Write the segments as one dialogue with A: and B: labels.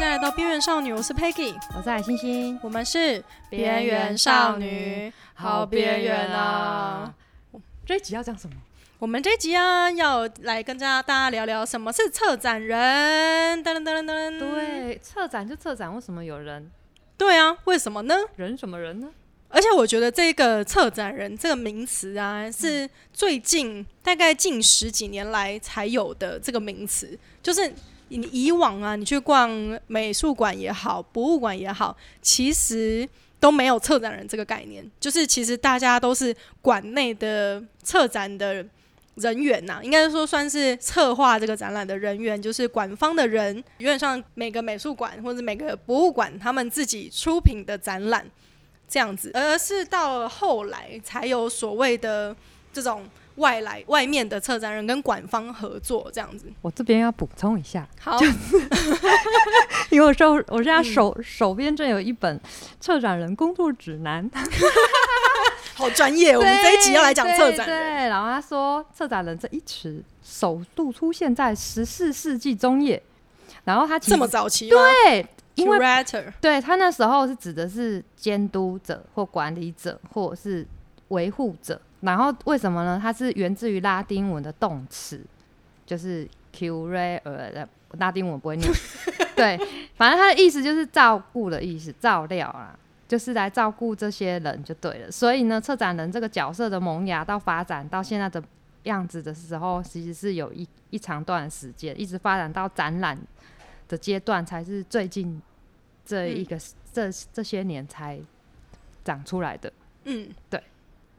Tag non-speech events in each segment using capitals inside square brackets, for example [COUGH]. A: 来到《边缘少女》，我是 Peggy，
B: 我是海星星，
A: 我们是
B: 边缘少女，
A: 好边缘啊！
B: 这一集要讲什么？
A: 我们这集啊，要来跟大家聊聊什么是策展人。噔噔噔噔噔，
B: 对，策展就策展，为什么有人
A: 对啊，为什么呢？
B: 人什么人呢？
A: 而且我觉得这个策展人这个名词啊，是最近大概近十几年来才有的这个名词。就是你以往啊，你去逛美术馆也好，博物馆也好，其实都没有策展人这个概念。就是其实大家都是馆内的策展的人员呐、应该说算是策划这个展览的人员，就是馆方的人，有点像每个美术馆或者每个博物馆他们自己出品的展览。这样子，而是到后来才有所谓的这种外来外面的策展人跟馆方合作这样子。
B: 我这边要补充一下，
A: 好，
B: 因为我手我现在手、手边正有一本策展人工作指南，
A: [LAUGHS] 好专业，哦我们这一集要来讲策展人。
B: 对对，然后他说，策展人这一词首度出现在十四世纪中叶，然后他其实
A: 这么早期吗？
B: 对，因为
A: curator
B: 对他那时候是指的是监督者或管理者或者是维护者。然后为什么呢？它是源自于拉丁文的动词，就是 cure 呃拉丁文不会念，对，反正它的意思就是照顾的意思，照料啦，就是来照顾这些人就对了。所以呢，策展人这个角色的萌芽到发展到现在的样子的时候，其实是有一一长段时间，一直发展到展览的阶段，才是最近这一个、这这些年才长出来 [LAUGHS] 的。
A: 嗯，
B: 对。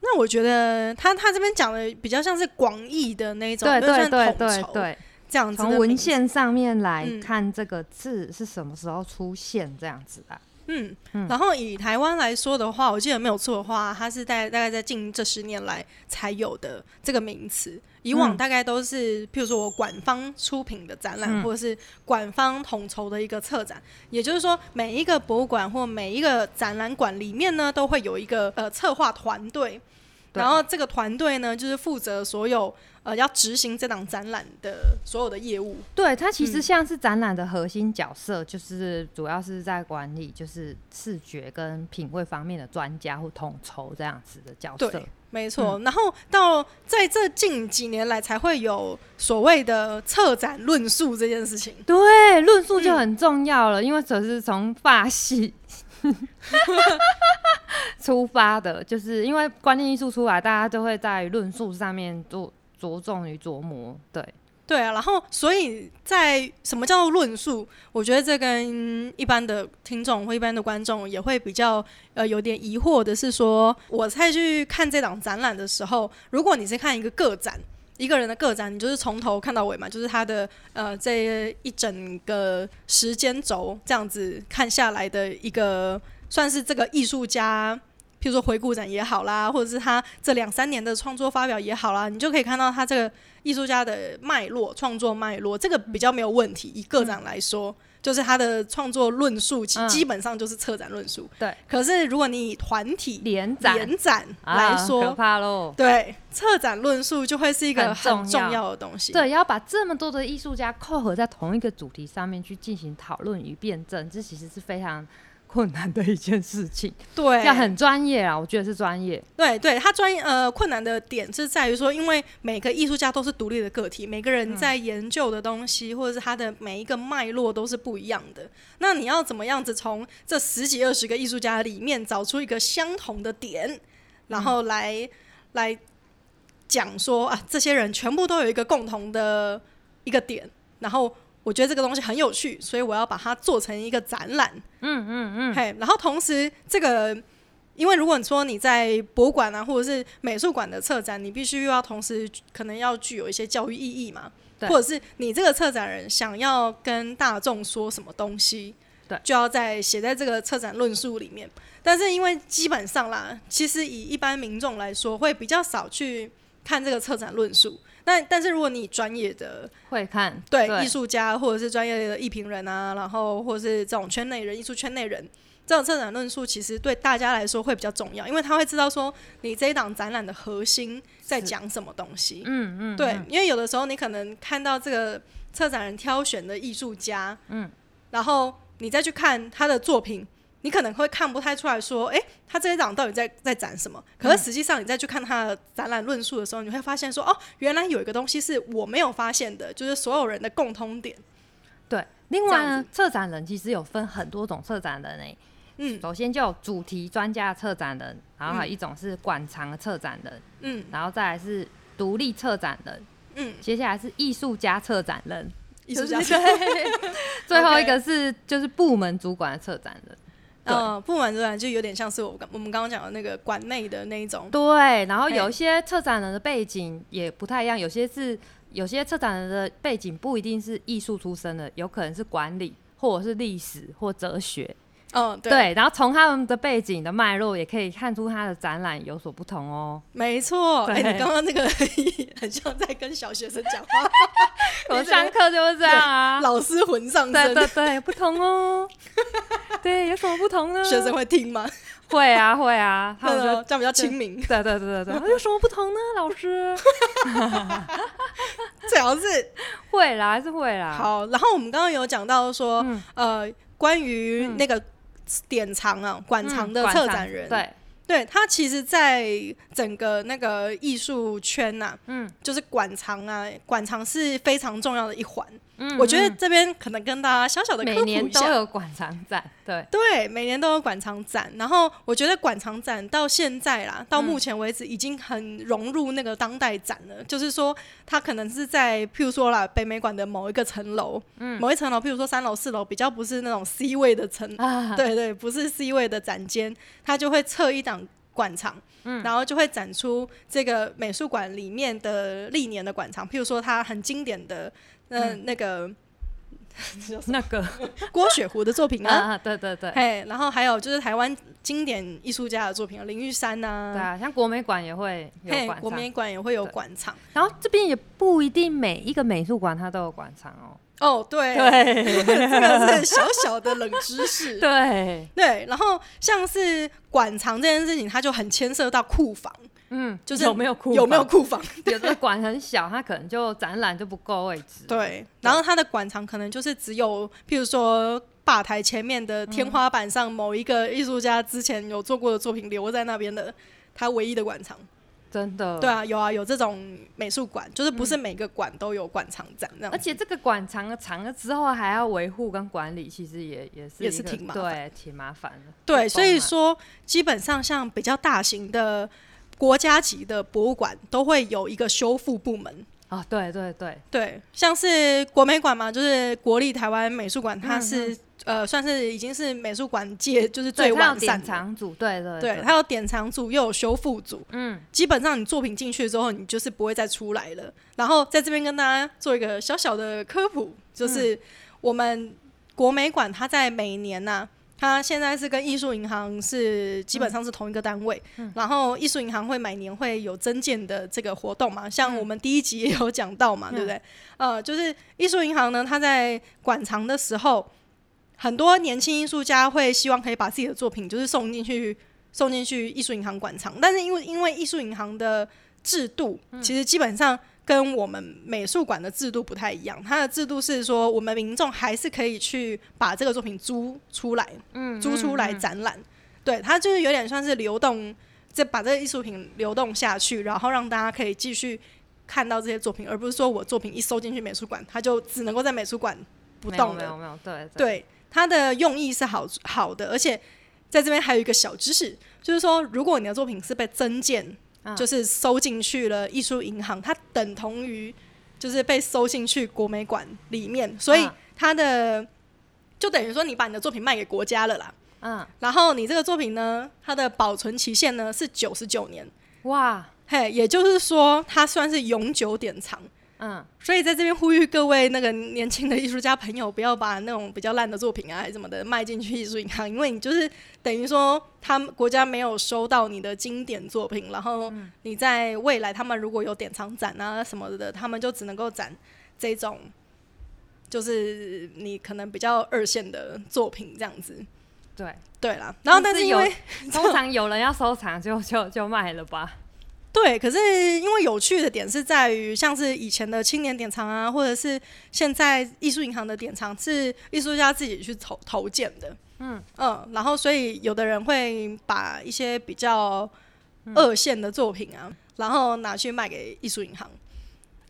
A: 那我觉得他他这边讲的比较像是广义的那一种，
B: 对
A: 有点
B: 对
A: 像
B: 对
A: 统
B: 对
A: 筹
B: 对，
A: 这样子的
B: 从文
A: 名字。
B: 献上面来
A: 嗯
B: 看，这个字是什么时候出现这样子啊？
A: 嗯
B: 嗯，
A: 然后以台湾来说的话，我记得没有错的话，它是在大概在近这十年来才有的这个名词。以往
B: 嗯
A: 大概都是，譬如说我馆方出品的展览，
B: 嗯
A: 或者是馆方统筹的一个策展。也就是说，每一个博物馆或每一个展览馆里面呢，都会有一个呃策划团队。
B: 对
A: 然后这个团队呢，就是负责所有呃要执行这档展览的所有的业务。
B: 对，它其实
A: 嗯
B: 像是展览的核心角色，就是主要是在管理，就是视觉跟品味方面的专家或统筹这样子的角色
A: 对。没错，然后到在这近几年来才会有所谓的策展论述这件事情。
B: 对，论述就很重要了，因为只是从发 [LAUGHS] 系出发的，就是因为观念艺术出来，大家都会在论述上面着着重于琢磨。对，
A: 对啊，然后所以在什么叫做论述？我觉得这跟一般的听众或一般的观众也会比较呃有点疑惑的是说，我在去看这档展览的时候，如果你是看一个个展。一个人的个展，你就是从头看到尾嘛，就是他的呃这一整个时间轴这样子看下来的一个，算是这个艺术家，譬如说回顾展也好啦，或者是他这两三年的创作发表也好啦，你就可以看到他这个艺术家的脉络、创作脉络，这个比较没有问题。以个展来说，就是他的创作论述，其
B: 嗯
A: 基本上就是策展论述。
B: 对。
A: 可是如果你以团体
B: 连展
A: 联展
B: 啊
A: 来说，
B: 可怕喽。
A: 对策展论述就会是一个
B: 很重
A: 很重
B: 要
A: 要的东西。
B: 对，要把这么多的艺术家扣合在同一个主题上面去进行讨论与辩证，这其实是非常困难的一件事情，
A: 对，
B: 要很专业啊，我觉得是专业。
A: 对对，它专业呃困难的点是在于说，因为每个艺术家都是独立的个体，每个人在研究的东西、或者是他的每一个脉络都是不一样的。那你要怎么样子从这十几二十个艺术家里面找出一个相同的点，然后来、来讲说啊，这些人全部都有一个共同的一个点，然后。我觉得这个东西很有趣，所以我要把它做成一个展览。
B: 嗯嗯嗯，
A: 嘿，然后同时这个，因为如果你说你在博物馆啊，或者是美术馆的策展，你必须又要同时可能要具有一些教育意义嘛，
B: 对
A: 或者是你这个策展人想要跟大众说什么东西，
B: 对
A: 就要在写在这个策展论述里面。但是因为基本上啦，其实以一般民众来说，会比较少去看这个策展论述。但但是如果你专业的
B: 会看
A: 对艺术家或者是专业的艺评人啊，然后或是这种圈内人、艺术圈内人，这种策展论述其实对大家来说会比较重要，因为他会知道说你这一档展览的核心在讲什么东西。
B: 嗯嗯，
A: 对
B: 嗯，
A: 因为有的时候你可能看到这个策展人挑选的艺术家，嗯，然后你再去看他的作品，你可能会看不太出来说，诶，他这一档到底在在展什么？可
B: 嗯
A: 是实际上你再去看他的展览论述的时候，你会发现说，哦，原来有一个东西是我没有发现的，就是所有人的共通点。
B: 对，另外
A: 这样
B: 呢，策展人其实有分很多种策展人诶、欸
A: 嗯
B: 首先就有主题专家策展人，然后还有
A: 嗯
B: 一种是馆藏策展人，
A: 嗯
B: 然后再来是独立策展人，
A: 嗯，
B: 接下来是艺术家策展人，
A: 艺术家
B: 就是
A: [LAUGHS]
B: 对，最后一个是就是部门主管的策展人，对
A: 呃，不满足感就有点像是我刚我们刚刚讲的那个馆内的那一种，
B: 对，然后
A: 嘿
B: 有一些策展人的背景也不太一样，有些是有些策展人的背景不一定是艺术出身的，有可能是管理或者是历史或哲学，
A: 嗯，对，
B: 对，然后从他们的背景的脉络也可以看出他的展览有所不同哦。
A: 没错。哎、
B: 对
A: 你刚刚那个 [LAUGHS] 很像在跟小学生讲话，
B: 我上课就是这样啊，
A: 老师魂上
B: [LAUGHS] 对
A: 身，
B: 对对，不同
A: [LAUGHS]
B: 哦。对，有什么不同呢？
A: 学生会听吗？
B: 会啊会啊，他
A: 对
B: 们就
A: [LAUGHS] 哦，这样比较亲民。
B: 对对对对对，有什么不同呢？老
A: [LAUGHS]
B: 师
A: 最好是
B: 会啦，还是会啦。，
A: 好，然后我们刚刚有讲到说，
B: 嗯
A: 呃，关于
B: 嗯
A: 那个典藏啊，馆藏的策展人，
B: 对，
A: 对他其实，在整个那个艺术圈呐、
B: 嗯
A: 就是馆藏啊，馆藏是非常重要的一环。
B: 嗯，
A: 我觉得
B: 嗯
A: 这边可能跟大家小小的科
B: 每
A: 普
B: 年
A: 一
B: 都
A: 下。
B: 有馆长展，对，
A: 对，每年都有馆藏展，然后我觉得馆藏展到现在啦，到目前为止已经很融入那个当代展了。就是说，它可能是在譬如说啦，北美馆的某一个层楼，某一层楼，譬如说三楼、四楼，比较不是那种 C 位的层，
B: 啊，
A: 对对，不是 C 位的展间，它就会测一档馆藏，然后就会展出这个美术馆里面的历年的馆藏，譬如说它很经典的，呃、那个
B: 那个
A: 郭雪湖的作品啊。
B: [LAUGHS] 啊，对对对，
A: 嘿，然后还有就是台湾经典艺术家的作品啊，林玉山
B: 对
A: 呐、
B: 啊，像国美馆也会有
A: 嘿，
B: 馆
A: 国
B: 长，
A: 美馆也会有
B: 对
A: 馆藏。
B: 然后这边也不一定每一个美术馆它都有馆长哦。
A: 哦，对，[LAUGHS] 这
B: 对
A: 个
B: [LAUGHS]
A: 是小小的冷知识。
B: 对，
A: 对，然后像是馆藏这件事情，它就很牵涉到库房，
B: 嗯，
A: 就是
B: 有没有库
A: 有没有
B: 房？
A: 库 [LAUGHS]
B: [LAUGHS]
A: 房？
B: 有的馆很小，它可能就展览就不够位置。
A: 对，然后它的馆藏可能就是只有，譬如说吧台前面的
B: 嗯
A: 天花板上某一个艺术家之前有做过的作品留在那边的，他唯一的馆
B: 嗯
A: 藏。
B: 真的。
A: 对啊，有啊，有这种美术馆，就是不是每个馆都有馆藏展这样
B: 嗯而。且这个馆藏了藏了之后，还要维护跟管理，其实也也是
A: 也
B: 一
A: 是
B: 个
A: 挺麻烦
B: 对，挺麻烦的。
A: 对，
B: 不
A: 所以
B: 懂啊
A: 说基本上像比较大型的国家级的博物馆都会有一个修复部门。
B: 哦，对对对，
A: 对，像是国美馆嘛，就是国立台湾美术馆，它
B: 嗯
A: 是、呃算是已经是美术馆界就是最
B: 对它有
A: 完善
B: 典
A: 的。
B: 藏组，对对
A: 对，它有典藏组，又有修复组。
B: 嗯，
A: 基本上你作品进去之后，你就是不会再出来了。然后在这边跟大家做一个小小的科普，
B: 嗯
A: 就是我们国美馆它在每年呐、它现在是跟艺术银行是基本上是同一个单位，
B: 嗯
A: 然后艺术银行会每年会有增建的这个活动嘛，
B: 嗯
A: 像我们第一集也有讲到嘛，对不对？呃，就是艺术银行呢，它在馆藏的时候，很多年轻艺术家会希望可以把自己的作品就是送进去送进去艺术银行馆藏，但是因为因为艺术银行的制度，
B: 嗯
A: 其实基本上跟我们美术馆的制度不太一样。它的制度是说，我们民众还是可以去把这个作品租出来，
B: 嗯
A: 租出来展览。对，它就是有点像是流动，这把这个艺术品流动下去，然后让大家可以继续看到这些作品，而不是说我作品一收进去美术馆，它就只能够在美术馆不
B: 没有
A: 动
B: 没有
A: 了。
B: 没有，对对
A: 对，它的用意是好好的，而且在这边还有一个小知识，就是说，如果你的作品是被增建，
B: 嗯
A: 就是收进去了艺术银行，它等同于就是被收进去国美馆里面，所以
B: 嗯
A: 它的、就等于说你把你的作品卖给国家了啦。
B: 嗯，
A: 然后你这个作品呢，它的保存期限呢是九十九年，
B: 哇，
A: 嘿，也就是说它算是永久典藏。
B: 嗯，
A: 所以在这边呼吁各位那个年轻的艺术家朋友，不要把那种比较烂的作品啊，还是什么的卖进去艺术银行，因为你就是等于说他们国家没有收到你的经典作品，然后
B: 嗯
A: 你在未来他们如果有典藏展啊什么的，他们就只能够展这种就是你可能比较二线的作品这样子。
B: 对。
A: [LAUGHS] 对啦，然后但
B: 但
A: 是
B: 是
A: 因
B: 有
A: 为
B: 通常有人要收藏就就就卖了吧，
A: 对，可是因为有趣的点是在于，像是以前的青年典藏啊，或者是现在艺术银行的典藏，是艺术家自己去投投件的。嗯嗯，然后所以有的人会把一些比较
B: 嗯
A: 二线的作品啊，然后拿去卖给艺术银行。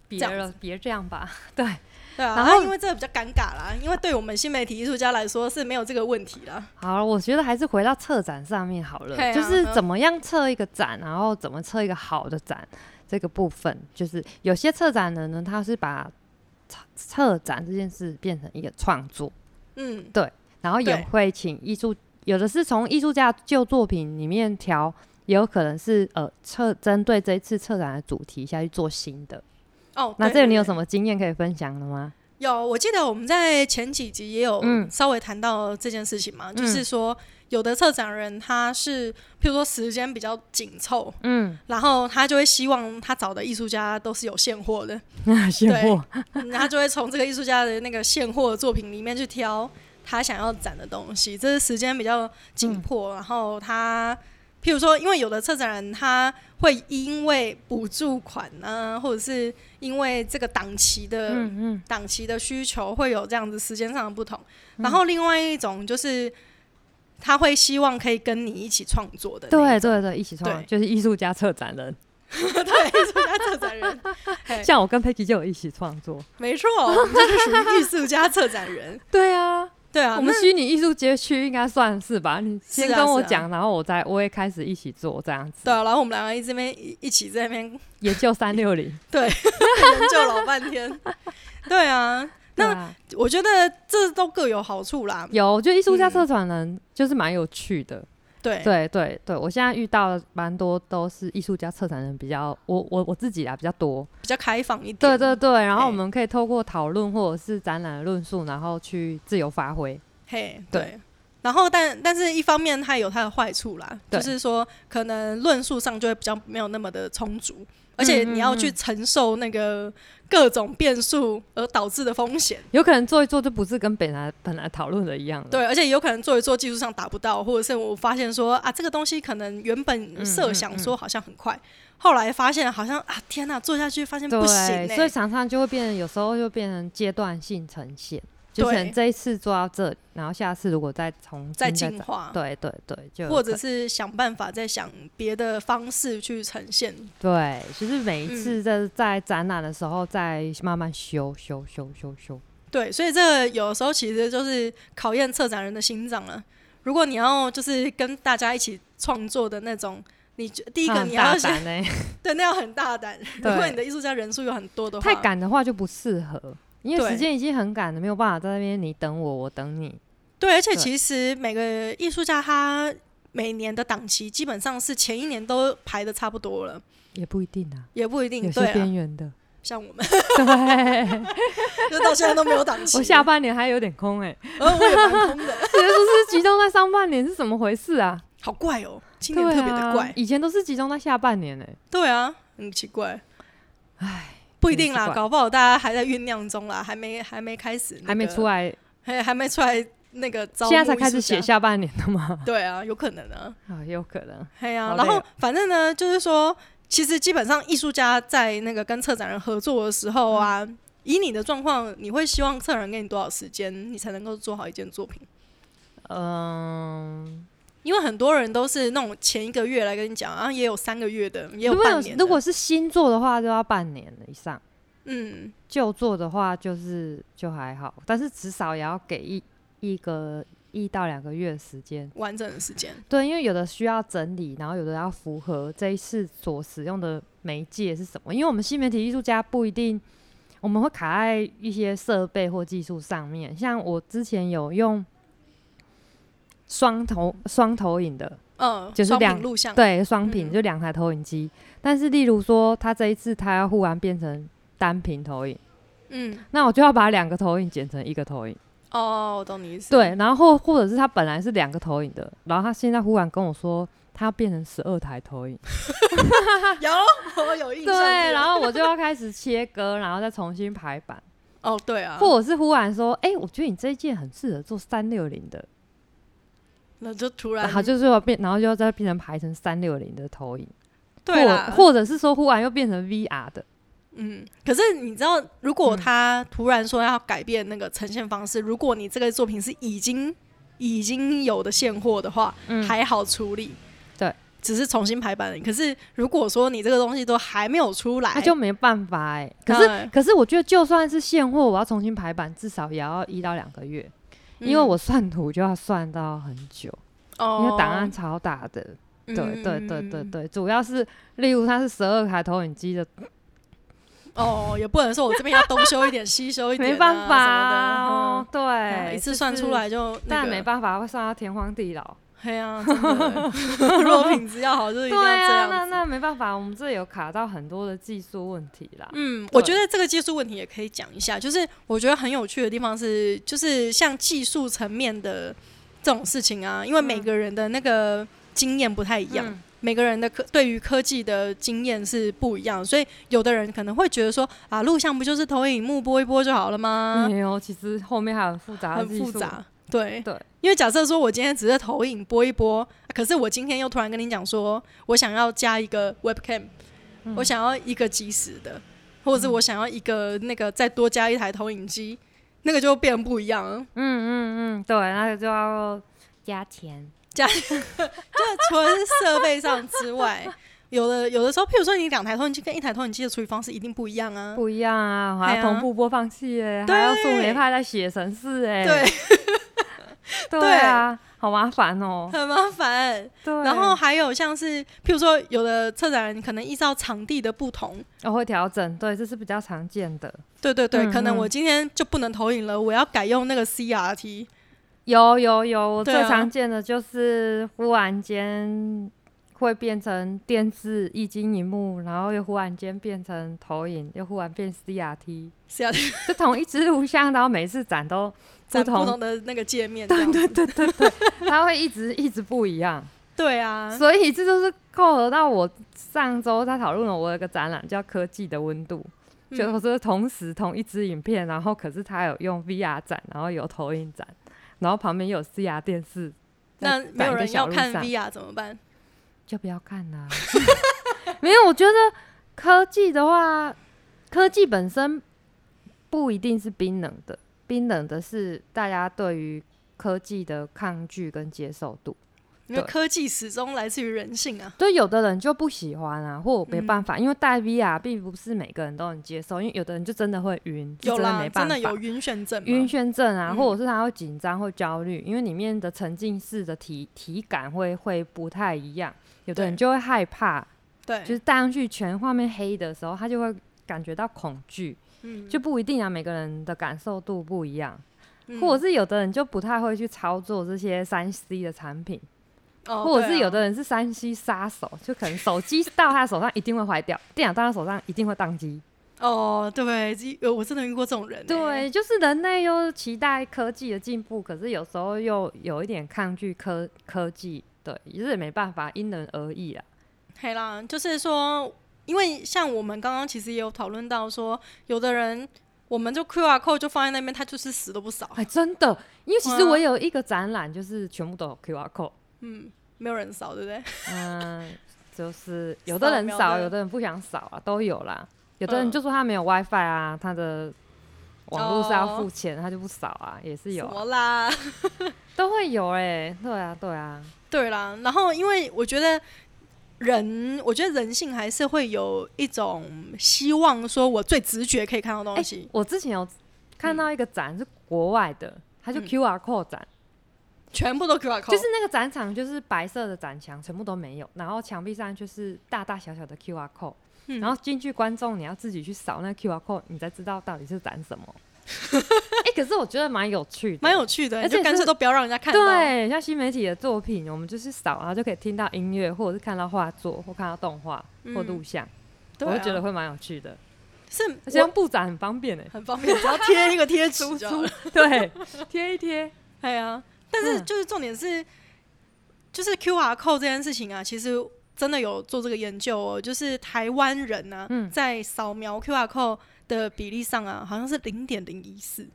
B: 别
A: 这样
B: 了，别这样吧。对，
A: 对啊，
B: 然
A: 然
B: 后
A: 后因为这个比较尴尬啦，因为对我们新媒体艺术家来说是没有这个问题啦。
B: 好，我觉得还是回到策展上面好了，
A: 对啊
B: 就是
A: 嗯
B: 怎么样策一个展，然后怎么策一个好的展，这个部分就是有些策展人呢，他是把策策展这件事变成一个创作，
A: 嗯，
B: 然后也
A: 对
B: 会请艺术，有的是从艺术家旧作品里面挑，也有可能是呃策针对这一次策展的主题下去做新的。
A: 哦，
B: 那
A: 对
B: 这个你有
A: 对
B: 什么经验可以分享的吗？ [LAUGHS]
A: 有，我记得我们在前几集也有
B: 嗯
A: 稍微谈到这件事情嘛，就
B: 嗯
A: 是说有的策展人他是，譬如说时间比较紧凑，
B: 嗯，
A: 然后他就会希望他找的艺术家都是有现货
B: [LAUGHS]
A: 的，
B: 现货，
A: 嗯他就会从这个艺术家的那个现货作品里面去挑他想要展的东西，这是时间比较紧
B: 嗯
A: 迫，然后他。譬如说，因为有的策展人他会因为补助款呢、或者是因为这个档期的
B: 嗯嗯，
A: 档期的需求会有这样子时间上的不同，然后另外一种就是他会希望可以跟你一起创作的那
B: 对
A: 一种，
B: 对对，一起创
A: 对
B: 就是艺术家策展人。
A: [LAUGHS] 对，艺术家策展人，
B: [LAUGHS]
A: 嘿
B: 像我跟佩奇就有一起创作。
A: 没错，我们就是属于艺术家策展人，
B: 对啊，
A: 对啊，
B: 我们
A: 那
B: 虚拟艺术街区应该算是吧？你先
A: 是啊
B: 跟我
A: 是啊
B: 讲，然后我再我也开始一起做这样子，
A: 对啊，然后我们两个一直这边一一起在那边研
B: 研究三六零。
A: 究老半
B: [LAUGHS]
A: 天，对啊，[LAUGHS]
B: 对
A: 那
B: 啊，
A: 我觉得这都各有好处啦，
B: 有，我觉得艺术家
A: 嗯
B: 策展人就是蛮有趣的。
A: 对
B: 对对对，我现在遇到的蛮多都是艺术家策展人比较，我我我自己啊啦比较多。
A: 比较开放一点，
B: 对对对，然后
A: 哎
B: 我们可以透过讨论或者是展览的论述，然后去自由发挥。
A: 嘿，
B: 对
A: 对。然后但，但是一方面它有它的坏处啦，
B: 对
A: 就是说可能论述上就会比较没有那么的充足，而且
B: 嗯嗯
A: 你要去
B: 嗯
A: 承受那个各种变数而导致的风险，
B: 有可能做一做就不是跟本来本来讨论的一样了。
A: 对，而且有可能做一做技术上达不到，或者是我发现说啊，这个东西可能原本设想
B: 嗯
A: 说好像很快，后来发现好像啊，天呐，做下去发现 [LAUGHS]
B: 对，
A: 不行、
B: 所
A: 欸，
B: 以常常就会变成，有时候就变成阶段性呈现，就可
A: 对
B: 能这一次做到这里，然后下次如果再重
A: 在
B: 新
A: 进
B: 找
A: 化，
B: 对对对，就有
A: 或
B: 可
A: 者是想办法再想别的方式去呈现，
B: 对，就是
A: 嗯
B: 每一次在在展览的时候再慢慢修修修修修，
A: 对，所以这个有时候其实就是考验策展人的心脏了。如果你要就是跟大家一起创作的那种，你就第一
B: 他
A: 个
B: 很
A: 你
B: 大
A: 要先 [LAUGHS]
B: 胆欸
A: 对，那要很大胆。如
B: 对
A: 果你的艺术家人数有很多的话，
B: 太赶的话就不适合，因为
A: 对
B: 时间已经很赶了，没有办法在那边你等我，我等你。
A: 对，而且
B: 对
A: 其实每个艺术家他每年的档期基本上是前一年都排的差不多了，
B: 也不一定啊，
A: 也不一
B: 有
A: 定对
B: 些
A: 啊。
B: 边
A: [LAUGHS]
B: 缘的。
A: 像我们
B: 对，
A: 就到现在都没有档期，
B: 我下半年还有点空哎、欸， [LAUGHS]
A: 呃我也蛮空的，
B: 这就是集中在上半年是怎么回事啊？
A: 好怪哦，今
B: 对
A: 年特别的怪
B: 啊，。以前都是集中在下半年欸呢、
A: 对啊，很奇怪。
B: 唉，
A: 不一定
B: 很
A: 啦，
B: 奇怪
A: 搞不好大家还在酝酿中啦，还没还没开始、
B: 还没出
A: 来，
B: 来，
A: 还还没出来那个招募
B: 现在才开始
A: 艺术家
B: 写。下半年的
A: [LAUGHS]
B: 吗？ [LAUGHS]
A: 对啊，有可能啊，
B: 啊，有可能。
A: 嘿呀、
B: 好
A: 啊，
B: 累哦
A: 然后反正呢，就是说，其实基本上艺术家在那个跟策展人合作的时候啊，
B: 嗯
A: 以你的状况，你会希望策展人给你多少时间，你才能够做好一件作品？
B: 嗯，
A: 因为很多人都是那种前一个月来跟你讲，啊，也有三个月的，也有
B: 如果
A: 半
B: 有
A: 年的
B: 如果是新做的话，就要半年以上；
A: 嗯，
B: 旧做的话，就是就还好，但是至少也要给一一个一到两个月的时间。
A: 完整的时间，
B: 对，因为有的需要整理，然后有的要符合这一次所使用的媒介是什么。因为我们新媒体艺术家不一定，我们会卡在一些设备或技术上面。像我之前有用双投双投影的，
A: 嗯，
B: 就是
A: 双屏
B: 两
A: 录像，
B: 对，双屏、
A: 嗯
B: 就两台投影机。但是例如说，它这一次它要忽然变成单屏投影，
A: 嗯，
B: 那我就要把两个投影剪成一个投影。
A: 哦，我懂你意思，
B: 对，然后或或者是他本来是两个投影的，然后他现在忽然跟我说他变成十二台投影，
A: 啊有，我有印象。 [LAUGHS]
B: 对，然
A: 后
B: 后我就要开始切割，然后再重新排版，
A: 哦，对啊，
B: 或者是忽然说，哎、我觉得你这一件很适合做三六零的，
A: 那就突然
B: 然后就是要变，然后就要再变成排成三六零的投影，
A: [LAUGHS] 对啦，
B: 或或者是说忽然又变成 VR 的，
A: 嗯，可是你知道，如
B: 嗯
A: 果他突然说要改变那个呈现方式，如果你这个作品是已经已经有的现货的话，
B: 嗯
A: 还好处理。
B: 对，
A: 只是重新排版而已。可是如果说你这个东西都还没有出来，
B: 那就没办法哎、可是、
A: 嗯
B: 可是我觉得就算是现货，我要重新排版，至少也要一到两个月，
A: 嗯
B: 因为我算图就要算到很久，
A: 哦
B: 因为档案超大的。
A: 对
B: 对对
A: 嗯
B: 对对对，主要是例如它是十二台投影机的，
A: 哦，也不能说我这边要东修一点 [LAUGHS] 西修一点啊、
B: 没办法
A: 什么
B: 哦
A: 的。，嗯
B: 对，
A: 一次
B: 就
A: 算
B: 是
A: 出，来就、那个，
B: 但没办法，会算到天荒地老。
A: 嘿啊，真的，欸
B: [LAUGHS]
A: 如果品质要好，就一
B: 对
A: 定要这
B: 啊，
A: 样
B: 那
A: 子
B: 那没办法，我们这有卡到很多的技术问题啦。
A: 嗯，
B: 对
A: 我觉得这个技术问题也可以讲一下，就是我觉得很有趣的地方是，就是像技术层面的这种事情啊，因为每个人的那个经验不太一样，
B: 嗯
A: 每个人的科对于科技的经验是不一样，所以有的人可能会觉得说啊，录像不就是投影幕播一播就好了吗？
B: 没有，其实后面还有很复杂的
A: 啊很
B: 技术，
A: 复杂。对
B: 对，
A: 因为假设说我今天只是投影播一播，可是我今天又突然跟你讲说，我想要加一个 webcam，、
B: 嗯
A: 我想要一个即时的，或者是我想要一个那个再多加一台投影机，那个就变得不一样了。 [LAUGHS]
B: 嗯嗯嗯，对，那就要加钱。
A: 就除了是设备上之外，有的有的时候，譬如说你两台投影机跟一台投影机的处理方式一定不一样啊。
B: 不一样啊，
A: 哎
B: 还
A: 呀
B: 要同步播放器哎、
A: 对
B: 还要树莓派在写程式哎、
A: 对， [LAUGHS]
B: 对啊，好麻烦哦、
A: 很麻烦。
B: 对，
A: 然后还有像是，譬如说，有的策展人可能依照场地的不同，
B: 我会调整，对，这是比较常见的。
A: 对对对，
B: 嗯
A: 可能
B: 嗯
A: 我今天就不能投影了，我要改用那个 CRT。
B: 有有有，我
A: 对
B: 最
A: 啊
B: 常见的就是忽然间会变成电视液晶荧幕，然后又忽然间变成投影，又忽然变 CRT，
A: CRT
B: 就同一支录像，然后每次展都
A: 在
B: 不
A: 不
B: 同，
A: 同的那个界面这样子，对对
B: 它会一直一直不一样。
A: 啊，
B: 所以这就是扣合到我上周在讨论了，我有一个展览叫《科技的温度》，就
A: 嗯
B: 是同时同一支影片，然后可是它有用 VR 展，然后有投影展，然后旁边有 CR 电视。
A: 那
B: 在
A: 没有
B: 展一个
A: 人
B: 小
A: 要
B: 路
A: 看
B: 上
A: VR 怎么办？
B: 就不要看
A: [LAUGHS]
B: 啦、没有，我觉得科技的话，科技本身不一定是冰冷的，冰冷的是大家对于科技的抗拒跟接受度。
A: 因为
B: 对
A: 科技始终来自于人性啊。
B: 就有的人就不喜欢啊，或我没
A: 嗯
B: 办法，因为戴 VR 并不是每个人都能接受，因为有的人就真的会晕，就
A: 有
B: 真的
A: 啦
B: 没，办
A: 真
B: 法。
A: 的有晕眩症嘛。
B: 晕眩症啊，
A: 嗯
B: 或者是他会紧张、会焦虑，因为里面的沉浸式的体体感会会不太一样，有的人
A: 对
B: 就会害怕，
A: 对，
B: 就是戴上去全画面黑的时候，他就会感觉到恐惧，
A: 嗯
B: 就不一定啊，每个人的感受度不一样，
A: 嗯
B: 或者是有的人就不太会去操作这些三 C 的产品，
A: 哦
B: 或者是
A: 对啊
B: 有的人是三 C 杀手，就可能手机到他手上一定会坏掉，电脑到他手上一定会宕机。
A: 哦，对，有我真的遇过这种人欸。
B: 对，就是人类又期待科技的进步，可是有时候又有一点抗拒科科技，对，也是没办法，因人而异啊。
A: 嘿啦，就是说，因为像我们刚刚其实也有讨论到说，有的人我们就 QR code 就放在那边，他就是死都不扫，
B: 哎，真的，因为其实
A: 哇
B: 我有一个展览，就是全部都有 QR code，
A: 嗯，没有人扫，对不对？
B: 嗯，
A: [LAUGHS]
B: 就是有
A: 扫
B: 的人
A: 描
B: 扫，
A: 的
B: 有的人不想扫啊，都有啦。有的人
A: 嗯
B: 就说他没有 WiFi 啊，他的网络是要
A: 哦
B: 付钱，他就不扫啊，也是有
A: 什
B: 啊、
A: 么啦？ [LAUGHS]
B: 都会有哎、对啊，对啊，
A: 对啦，然后因为我觉得人，我觉得人性还是会有一种希望，说我最直觉可以看到东西。
B: 我之前有看到一个展是国外的，它就
A: 嗯
B: QR code 展，
A: 全部都 QR code，
B: 就是那个展场就是白色的展墙，全部都没有，然后墙壁上就是大大小小的 QR code，、
A: 嗯
B: 然后进去观众你要自己去扫那个 QR code，你才知道到底是展什么。
A: [LAUGHS]
B: 哎、可是我觉得蛮有趣的，
A: 蛮有趣的，
B: 而且
A: 就干脆
B: 是
A: 都不要让人家看到。
B: 对，像新媒体的作品，我们就是扫，然后就可以听到音乐，或者是看到画作，或看到动画或录像，
A: 嗯对啊
B: 我就觉得会蛮有趣的。
A: 是
B: 而且用布展很方便哎、 [LAUGHS]
A: 我很方便，只要贴一个贴纸就好了。
B: 对，贴一贴。
A: 哎呀，但是
B: 嗯
A: 就是重点是，就是 QR code 这件事情啊，其实真的有做这个研究哦，就是台湾人呢、
B: 嗯
A: 在扫描 QR code 的比例上啊，好像是零点零一四，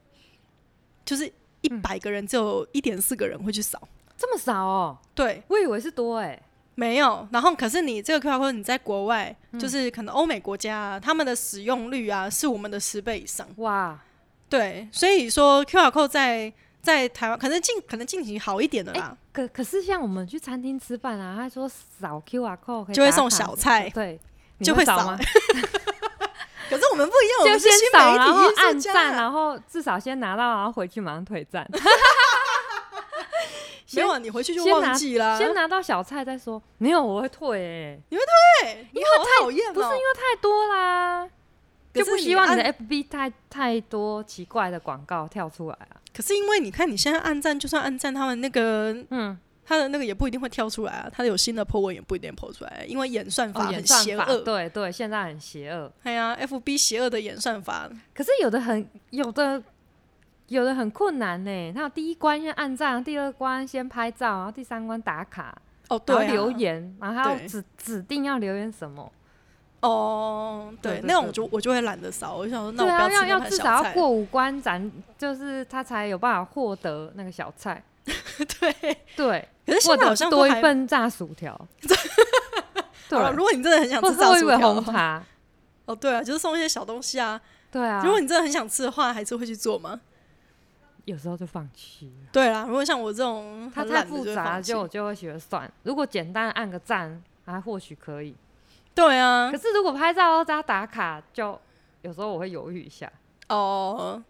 A: 就是一百个人只有一点四个人会去扫。
B: 这么少哦、
A: 对，
B: 我以为是多哎、
A: 没有。然后可是你这个 QR code 你在国外，就是可能欧美国家、啊，他们的使用率啊是我们的十倍以上。
B: 哇，
A: 对，所以说 QR code 在在台湾可能近可能近期好一点的
B: 哎、
A: 啦，
B: 可可是像我们去餐厅吃饭啊，他说扫 QR code 可以
A: 就会
B: 打
A: 送
B: 卡
A: 小
B: 什么
A: 菜
B: 对，你
A: 就会
B: 扫
A: 扫
B: [LAUGHS] 吗？
A: [LAUGHS] 可是我们不一样，我
B: 就
A: 们是
B: 先
A: 新
B: 扫，
A: 媒
B: 然后
A: 体艺
B: 按
A: 术家
B: 赞，啊然后至少先拿到，然后回去马上退赞，
A: 没有啊，你回去就忘记啦。
B: 先拿到小菜再说。没有，我会退、欸，
A: 对，你好讨厌哦，
B: 不是因为太多啦，
A: 可
B: 就是不希望
A: 按
B: 你的 FB 太太多奇怪的广告跳出来啊。
A: 可是因为你看，你现在按赞，就算按赞他们那个，
B: 嗯，
A: 他的那个也不一定会跳出来啊，他有新的 po 文也不一定 po 出来，因为演算法
B: 哦，
A: 很
B: 演
A: 邪
B: 算法，
A: 恶。
B: 对对，现在很邪恶。
A: 哎呀，F B 邪恶的演算法，
B: 可是有的很，有的有的很困难呢、欸。那第一关先按赞，第二关先拍照，然后第三关打卡，
A: 哦，
B: 然后
A: 对、啊，
B: 留言，然后还
A: 对
B: 要指指定要留言什么。
A: 哦，对
B: 对，对
A: 那种
B: 对
A: 我就我就会懒得扫，我就想说，那
B: 对
A: 我不
B: 啊，
A: 吃
B: 要
A: 那
B: 要
A: 盘
B: 至
A: 小
B: 少要
A: 菜。
B: 过五关斩，就是他才有办法获得那个小菜。
A: [LAUGHS] 对，
B: 对，
A: 可是
B: 或
A: 现在
B: 者
A: 好
B: 是
A: 像
B: 多
A: 都
B: 一
A: 还
B: 份炸薯条。
A: [LAUGHS]
B: 对
A: 好，了如果你真的很想
B: 或
A: 吃
B: 者
A: 炸
B: 喝一
A: 薯
B: 杯
A: 条
B: 红，茶。
A: 哦，对啊，就是送一些小东西啊。
B: 对啊，
A: 如果你真的很想吃的话，还是会去做吗？
B: 有时候就放弃了，
A: 对啊啦，如果像我这种
B: 它
A: 很
B: 太
A: 懒的
B: 复
A: 就会
B: 杂
A: 放弃，
B: 就就会觉得算。如果简单按个赞，还或许可以。
A: 对啊
B: 可，是如果拍照加打卡，就有时候我会犹豫一下，
A: 哦，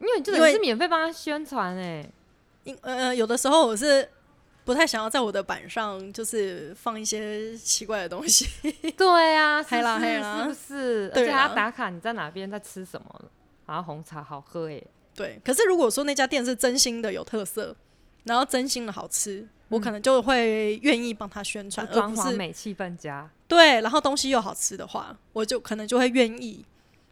B: 因为你这
A: 因
B: 个
A: 为
B: 是免费帮他宣传哎、
A: 因呃，有的时候我是不太想要在我的板上就是放一些奇怪的东西。 [LAUGHS]
B: 对啊，是
A: 嘿啦
B: 不
A: 嘿
B: 是
A: 啦
B: 是不是？而
A: 对啊
B: 且他
A: 啦
B: 打卡你在哪边，在吃什么，然后红茶好喝哎、
A: 对，可是如果说那家店是真心的有特色，然后真心的好吃，我可能就会愿意帮他宣传，而
B: 嗯装
A: 不
B: 潢
A: 是
B: 美气氛佳，
A: 对，然后东西又好吃的话，我就可能就会愿意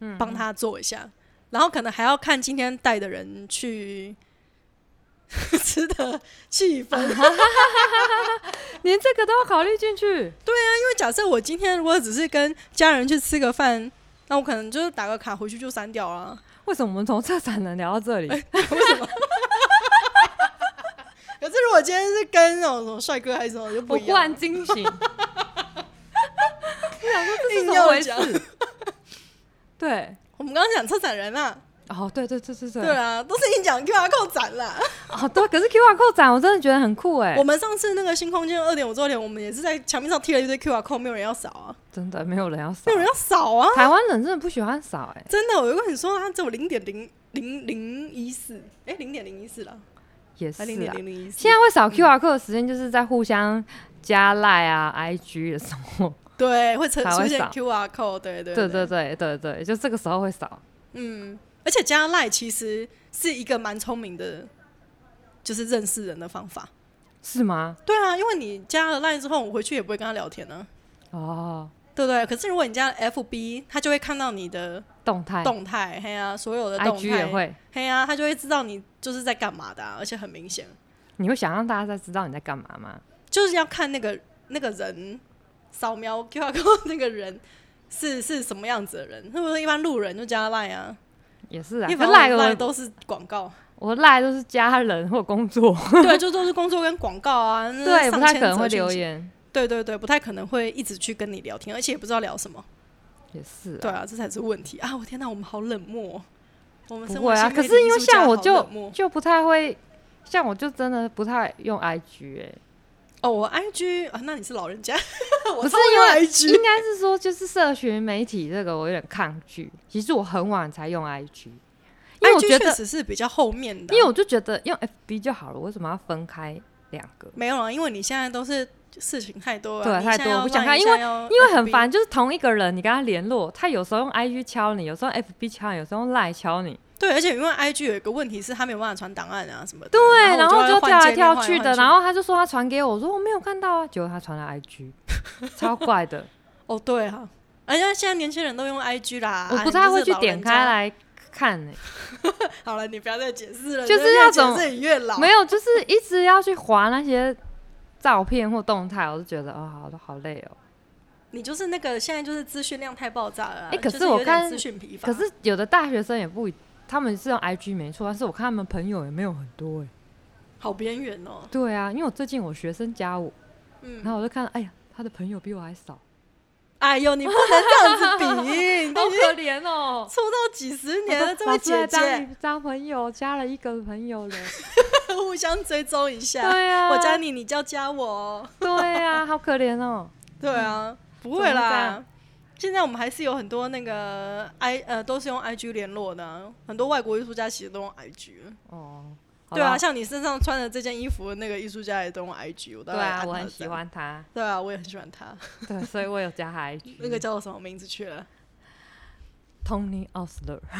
B: 嗯
A: 帮他做一下，然后可能还要看今天带的人去 [LAUGHS] 吃的气氛。 [LAUGHS]
B: 连这个都要考虑进去。
A: 假设我今天如果只是跟家人去吃个饭，那我可能就是打个卡回去就删掉啊了。
B: 为什么我们从策展人聊到这里？
A: 哎可是如果今天是跟那种什么帅哥还是什么，就不
B: 我
A: 一
B: 忽
A: 样
B: 然
A: 了。
B: 惊醒，我想说这是
A: [LAUGHS] 硬
B: 怎么
A: 要
B: 回
A: 讲
B: 事？对，
A: [LAUGHS] 我们刚刚讲策展人啊，
B: 哦，对对对对对，
A: 对啊，都是你讲 QR code 展啦。
B: 哦对，可是 QR code 展我真的觉得很酷哎、
A: 我们上次那个新空间二点五周年，我们也是在墙壁上贴了一堆 QR code，没有人要扫啊，
B: 真的没有人要扫
A: 没有，人要扫啊！
B: 台湾人真的不喜欢扫哎、
A: 真的，我就跟你说，它啊只有零点零零零一四，哎，零点零一四啦，
B: 也是
A: 还零点
B: 啊。
A: 零零一四
B: 现。在会扫 QR code 的时间就是在互相加赖啊、IG 的时候，
A: 对，会呈
B: 才会
A: 出现
B: 扫
A: QR code，对对
B: 对对对对对，就这个时候会扫。
A: 嗯，而且加赖其实是一个蛮聪明的，就是认识人的方法。
B: 是吗？
A: 对啊，因为你加了赖之后，我回去也不会跟他聊天呢、
B: 哦，
A: 对不对？可是如果你加了 FB，他就会看到你的
B: 动态
A: 动态，嘿啊，所有的动
B: IG 哎也
A: 态，
B: 会，
A: 嘿啊，他就会知道你就是在干嘛的、啊，而且很明显，
B: 你会想让大家在知道你在干嘛吗？
A: 就是要看那个那个人扫描 QR code 那个人是是什么样子的人，是不是一般路人就加赖啊？
B: 也是啊，
A: 一
B: 可
A: 般
B: 赖
A: 赖
B: 我
A: 都是广告， [LAUGHS]
B: 我赖都是家人或工作，
A: 对，就都是工作跟广告啊，那
B: [LAUGHS] 对，不
A: 上
B: 太
A: 千
B: 可能
A: 则
B: 会
A: 讯
B: 留
A: 息
B: 言。
A: 对对对，不太可能会一直去跟你聊天，而且也不知道聊什么。
B: 也是、
A: 对，啊，这才是问题啊！我天哪，我们好冷漠哦，我们身
B: 不
A: 为
B: 会啊。
A: 新
B: 可
A: 媒
B: 是
A: 体
B: 因
A: 艺
B: 为
A: 术
B: 像
A: 家
B: 我
A: 好
B: 就
A: 冷漠
B: 就不太会，像我就真的不太用 IG 哎、
A: 哦，我 IG 啊，那你是老人家， [LAUGHS] 我
B: 不是
A: 超
B: 因为
A: 用
B: 应
A: IG，
B: 该是说就是社群媒体这个我有点抗拒。其实我很晚才用 IG，因为我
A: IG 确
B: 觉得，
A: 实是比较后面的啊，
B: 因为我就觉得用 FB 就好了，为什么要分开两个？
A: 没有啊，因为你现在都是事情太多了，
B: 对
A: 你
B: 太
A: 现在
B: 多
A: 要
B: 我不想
A: Line，
B: 看
A: 你
B: 因
A: 现在要
B: 因为很
A: FB
B: 烦，就是同一个人，你跟他联络，他有时候用 IG 敲你，有时候用 FB 敲你，有时候用赖敲你，
A: 对，而且因为 IG 有一个问题是它没有办法传档案啊什么的，
B: 对，
A: 然
B: 然
A: 后
B: 后
A: 我就
B: 就
A: 会
B: 跳
A: 换
B: 来
A: 界面
B: 跳
A: 换
B: 去的，
A: 换
B: 然后他就说他传给我，我说我没有看到啊，结果他传到
A: [LAUGHS]
B: IG，超怪的，
A: 哦对啊，而且现在年轻人都用 IG 啦，
B: 我
A: 啊
B: 不
A: 你
B: 太
A: 就是
B: 会去
A: 老
B: 点
A: 人
B: 开
A: 家
B: 来看呢、
A: 好了，你不要再解释了，
B: 就是
A: 真的
B: 要
A: 越
B: 怎么
A: 解释你越老。
B: 没有，就是一直要去划那些照片或动态，我就觉得哦，好都好累哦。
A: 你就是那个现在就是资讯量太爆炸了啊、
B: 哎诶可
A: 就是
B: 我
A: 有点
B: 看
A: 资讯疲乏，
B: 可是有的大学生也不一，他们是用 IG 没错，但是我看他们朋友也没有很多哎、
A: 好边缘哦。
B: 对啊，因为我最近我学生加我，
A: 嗯
B: 然，后我就看，哎呀，他的朋友比我还少，
A: 哎呦，你不能这样子比，你
B: [LAUGHS] 好可怜哦。
A: 出道几十年了，这
B: 老
A: 位
B: 师
A: 姐
B: 还当
A: 姐
B: 你当朋友，加了一个朋友了。
A: [LAUGHS] 互相追踪一下，
B: 对啊，
A: [LAUGHS] 我加你，你就要加我哦。
B: 对
A: [LAUGHS]
B: 啊，好可怜哦。
A: 对啊，不
B: 怎
A: 会
B: 么这
A: 啦
B: 样。
A: 现在我们还是有很多那个 I 呃都是用 IG 联络的啊、很多外国艺术家其实都用 IG。
B: 哦，好
A: 对啊，
B: 啦，
A: 像你身上穿的这件衣服，那个艺术家也都用 IG，我大
B: 对
A: 概
B: 啊，
A: 按
B: 我
A: 他
B: 很
A: 的
B: 喜
A: 赞。
B: 欢他，
A: 对啊，我也很喜欢他。
B: 对，所以我有加他
A: [LAUGHS] 那个
B: IG。
A: 叫做什么名字去了？
B: Tony Osler，
A: [LAUGHS]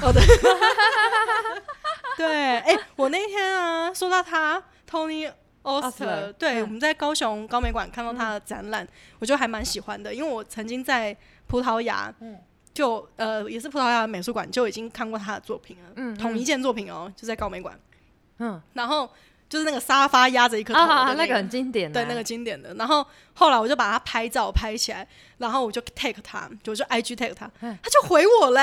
A: 对，哎、我那天啊，说到他 Tony
B: Oster，
A: Oster，对，
B: 嗯
A: 我们在高雄高美馆看到他的展览，我就还蛮喜欢的，因为我曾经在葡萄牙，
B: 嗯
A: 就呃也是葡萄牙美术馆就已经看过他的作品了，
B: 嗯
A: 同一
B: 嗯
A: 件作品哦，就在高美馆，
B: 嗯，
A: 然后就是那个沙发压着一颗头的
B: 啊，
A: 那
B: 那个很经典的，
A: 对，那个经典的。然后后来我就把它拍照拍起来，然后我就 take 他，我就 IG take 他，
B: 嗯
A: 他就回我嘞。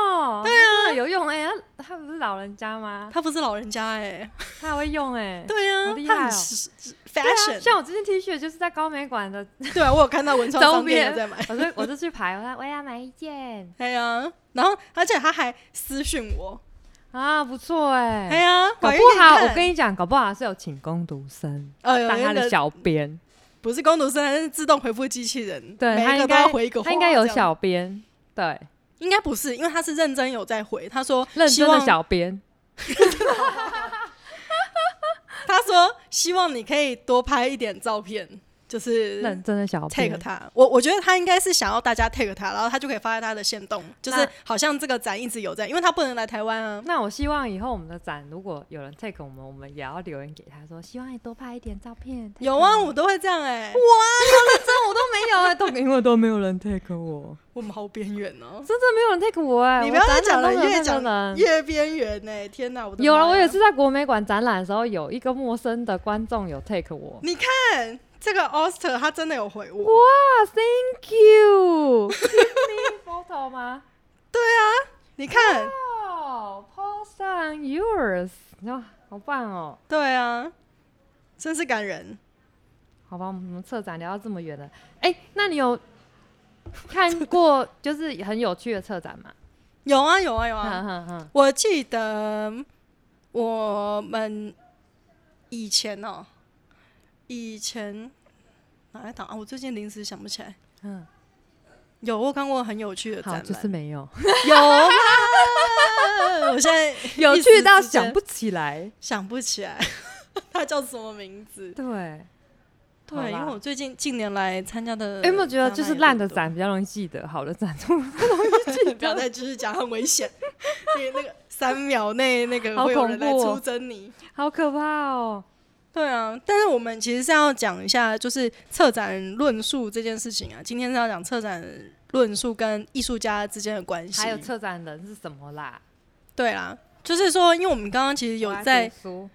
B: 哦，对啊，有用哎、他他不是老人家吗？
A: 他不是老人家哎、
B: 他还会用哎、
A: 对呀、
B: 好
A: 啊，
B: 厉
A: 他
B: 害
A: 很
B: 哦
A: 时
B: 对啊，
A: fashion。
B: 像我这件 T 恤就是在高美馆的，
A: [LAUGHS] 对啊，我有看到文创
B: 周
A: 商店
B: 边
A: 有在买。
B: [LAUGHS] 我就我就去排，我说我要买一件
A: 哎呀，然后而且他还私讯我，
B: 啊，不错哎、
A: 哎呀，
B: [LAUGHS] 搞
A: 搞
B: 不好我跟你讲，搞不好是有请工读生
A: 呃有
B: 当他
A: 那
B: 的
A: 个
B: 小编，
A: 不是工读生，他是自动回复机器人，
B: 对
A: 每
B: 他
A: 一个
B: 应
A: 都要
B: 该
A: 回一个话。
B: 他应该有
A: 这样，
B: 小编，对，
A: 应该不是，因为他是认真有在回。他说
B: 认
A: 希
B: 真的
A: 望
B: 小编，
A: 他说希望你可以多拍一点照片，就是
B: 认真的小
A: take
B: 编，
A: 他。我我觉得他应该是想要大家 take 他，然后他就可以发在他的线动，就是
B: 那
A: 好像这个展一直有在，因为他不能来台湾啊。
B: 那我希望以后我们的展，如果有人 take 我们，我们也要留言给他说，希望你多拍一点照片。
A: 有啊，
B: 嗯
A: 我都会这样哎、哇，
B: 我都没有
A: [LAUGHS]
B: 啊，都因为都没有人 take 我。
A: 我们好边缘哦，
B: 真的没有人 take 我哎、
A: 你
B: 我
A: 不要再
B: 展
A: 讲
B: 览
A: 了，
B: 都没
A: 越
B: 有 take
A: 讲
B: 人
A: 越边缘哎！天哪，我的
B: 有
A: 妈
B: 了，
A: 呀
B: 我也是在国美馆展览的时候，有一个陌生的观众有 take 我，
A: 你看这个 Oster，他真的有回我，
B: 哇，Thank you，give me photo 吗？
A: 你看，
B: 哦、p o s t on yours，哇，好棒哦！
A: 对啊，真是感人。
B: 好吧，我们策展聊到这么远了，哎、那你有看过 [LAUGHS] 就是很有趣的策展吗？
A: 有啊，有啊，有啊。
B: 哼哼哼，
A: 我记得我们以前哦、以前哪一档啊？我最近临时想不起来。
B: 嗯，
A: 有我有看过很有趣的展
B: 好，
A: 览，
B: 就是没有，
A: 有啦。我现在
B: [LAUGHS] 有
A: 一时
B: 趣到
A: 之间
B: 想不起来，
A: 想不起来 [LAUGHS] 它叫什么名字。
B: 对。好
A: 对，因
B: 啦
A: 为我最近近年来参加的，
B: 哎有没有觉得就是烂
A: [LAUGHS]
B: 的？展比较容易记得，好的展 [LAUGHS] 都不容易记
A: 不要
B: 得？
A: 再继续讲，很危
B: [LAUGHS]
A: 险。你那个三秒内那个
B: 好
A: 会有人来
B: 恐怖哦
A: 出征你。
B: 好可怕哦！
A: 对啊，但是我们其实是要讲一下，就是策展论述这件事情啊。今天是要讲策展论述跟艺术家之间的关系。
B: 还有策展人是什么啦？
A: 对啦，就是说，因为我们刚刚其实有
B: 啊
A: 在，
B: 书，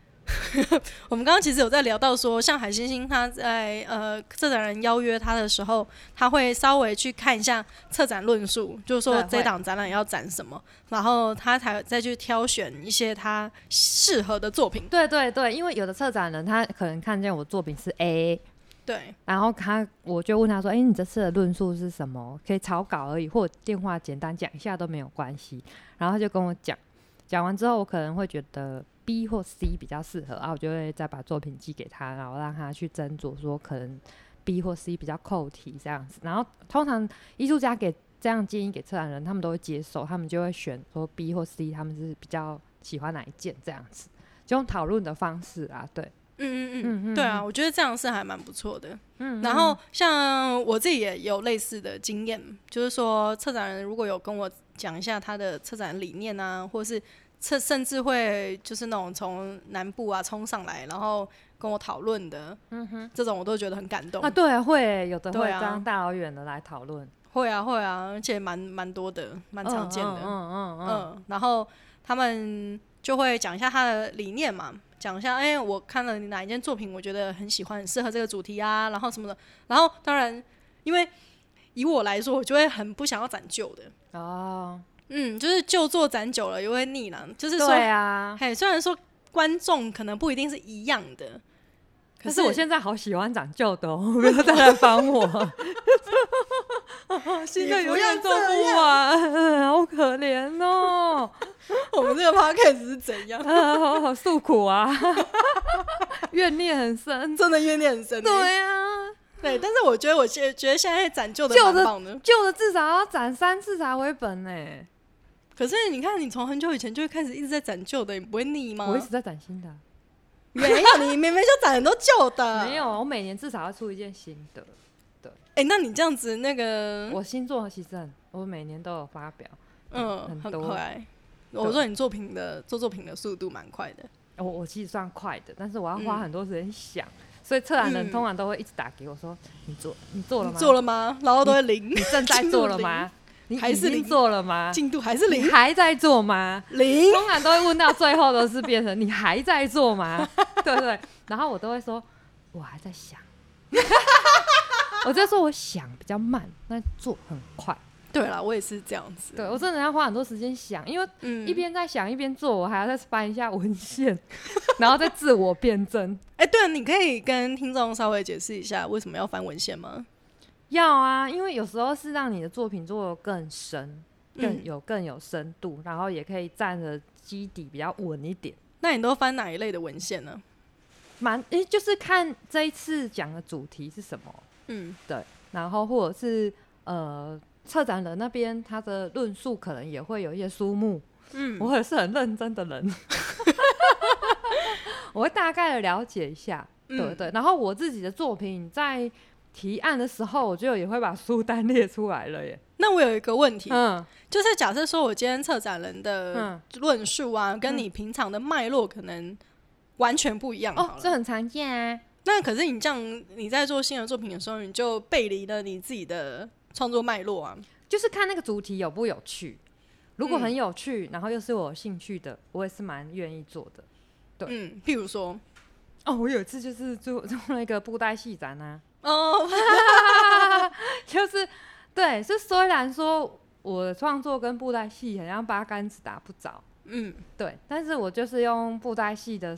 A: 我们刚刚其实有在聊到说，像海星星他在呃策展人邀约他的时候，他会稍微去看一下策展论述，就是说
B: 对会
A: 这档展览要展什么，然后他才再去挑选一些他适合的作品。
B: 对对对，因为有的策展人他可能看见我作品是 A，
A: 对，
B: 然后他我就问他说：“哎、你这次的论述是什么？可以草稿而已，或者电话简单讲一下都没有关系。”然后他就跟我讲，讲完之后我可能会觉得 B 或 C 比较适合啊，我就会再把作品寄给他，然后让他去斟酌说可能 B 或 C 比较扣题这样子。然后通常艺术家给这样建议给策展人，他们都会接受，他们就会选说 B 或 C 他们是比较喜欢哪一件这样子，就用讨论的方式啊，对，
A: 嗯嗯
B: 嗯
A: 嗯，
B: 嗯
A: 对啊，我觉得这样是还蛮不错的。
B: 嗯
A: 然后像我自己也有类似的经验，就是说策展人如果有跟我讲一下他的策展理念啊，或是策甚至会就是那种从南部啊冲上来，然后跟我讨论的，这种我都觉得很感动。
B: 嗯啊，对啊，会有的会
A: 对啊
B: 这样大老远的来讨论，
A: 会啊会啊，而且蛮蛮多的，蛮常见的。
B: 嗯嗯嗯
A: 嗯，然后他们就会讲一下他的理念嘛，讲一下，哎、我看了你哪一件作品，我觉得很喜欢，很适合这个主题啊，然后什么的。然后当然，因为以我来说，我就会很不想要攒旧的，
B: 嗯，哦，
A: 嗯，就是旧作攒久了也会腻了，就是说，
B: 对啊，
A: 嘿，虽然说观众可能不一定是一样的，可
B: 可
A: 是
B: 是我现在好喜欢长旧的哦，不要再来烦我。新的永远做不完，好可怜哦，
A: 我们这个 podcast 是怎样？ [LAUGHS]
B: 啊好好诉苦啊，怨念很深。
A: 真的怨念很深、欸
B: 对啊，
A: 对，但是我觉得我现觉得现在攒旧的
B: 旧
A: 蛮
B: 的
A: 棒的。
B: 旧的至少要攒三次才回本呢、
A: 可是你看，你从很久以前就会开始一直在攒旧的，你不会腻吗？
B: 我一直在攒新的啊、
A: 没有，你明明就攒很多旧的。
B: 没有，，我每年至少要出一件新的。
A: 哎、那你这样子那个，
B: 我星座其实很，我每年都有发表。
A: 嗯，
B: 很
A: 很
B: 多
A: 快。我说你作品的做作品的速度蛮快的，
B: 我我其实算快的，但是我要
A: 嗯
B: 花很多时间想，所以策展人
A: 嗯
B: 通常都会一直打给我说：“你做，你做了
A: 你
B: 吗？
A: 做了吗？然后都会零
B: 你，正在做了吗？你
A: 还是
B: 已经
A: 零
B: 做了吗？
A: [LAUGHS] 进度还是
B: 你
A: 零
B: 还在做吗？”
A: 零。
B: 通常都会问到最后都是变成你还在做吗？ [LAUGHS] 对不对？然后我都会说，我还在想， [LAUGHS] 我就说我想比较慢，但做很快。
A: 对啦，我也是这样子。
B: 对我真的要花很多时间想，因为
A: 嗯，
B: 一边在想一边做，我还要再翻一下文献， [LAUGHS] 然后再自我辩证。
A: 哎、对，你可以跟听众稍微解释一下为什么要翻文献吗？
B: 要啊，因为有时候是让你的作品做得更深、更
A: 嗯
B: 有、更有深度，然后也可以站的基底比较稳一点。
A: 那你都翻哪一类的文献呢？
B: 蛮诶、就是看这一次讲的主题是什么，
A: 嗯
B: 然后或者是呃，策展人那边他的论述可能也会有一些书目。
A: 嗯，
B: 我也是很认真的人， [LAUGHS] 我会大概的了解一下，
A: 嗯
B: 对对。然后我自己的作品在提案的时候，我就也会把书单列出来了耶。
A: 那我有一个问题，
B: 嗯，
A: 就是假设说我今天策展人的
B: 嗯
A: 论述啊，跟你平常的脉络可能完全不一样好
B: 哦
A: 了，
B: 这很常见啊。
A: 那可是你这样，你在做新的作品的时候，你就背离了你自己的创作脉络啊。
B: 就是看那个主题有不有趣。如果
A: 嗯
B: 很有趣，然后又是我有兴趣的，我也是蛮愿意做的。对
A: 嗯，譬如说，
B: 哦，我有一次就是做做了一个布袋戏展啊，
A: 哦，
B: [LAUGHS] 就是对，是虽然说我的创作跟布袋戏很像八竿子打不着，
A: 嗯
B: 对，但是我就是用布袋戏的，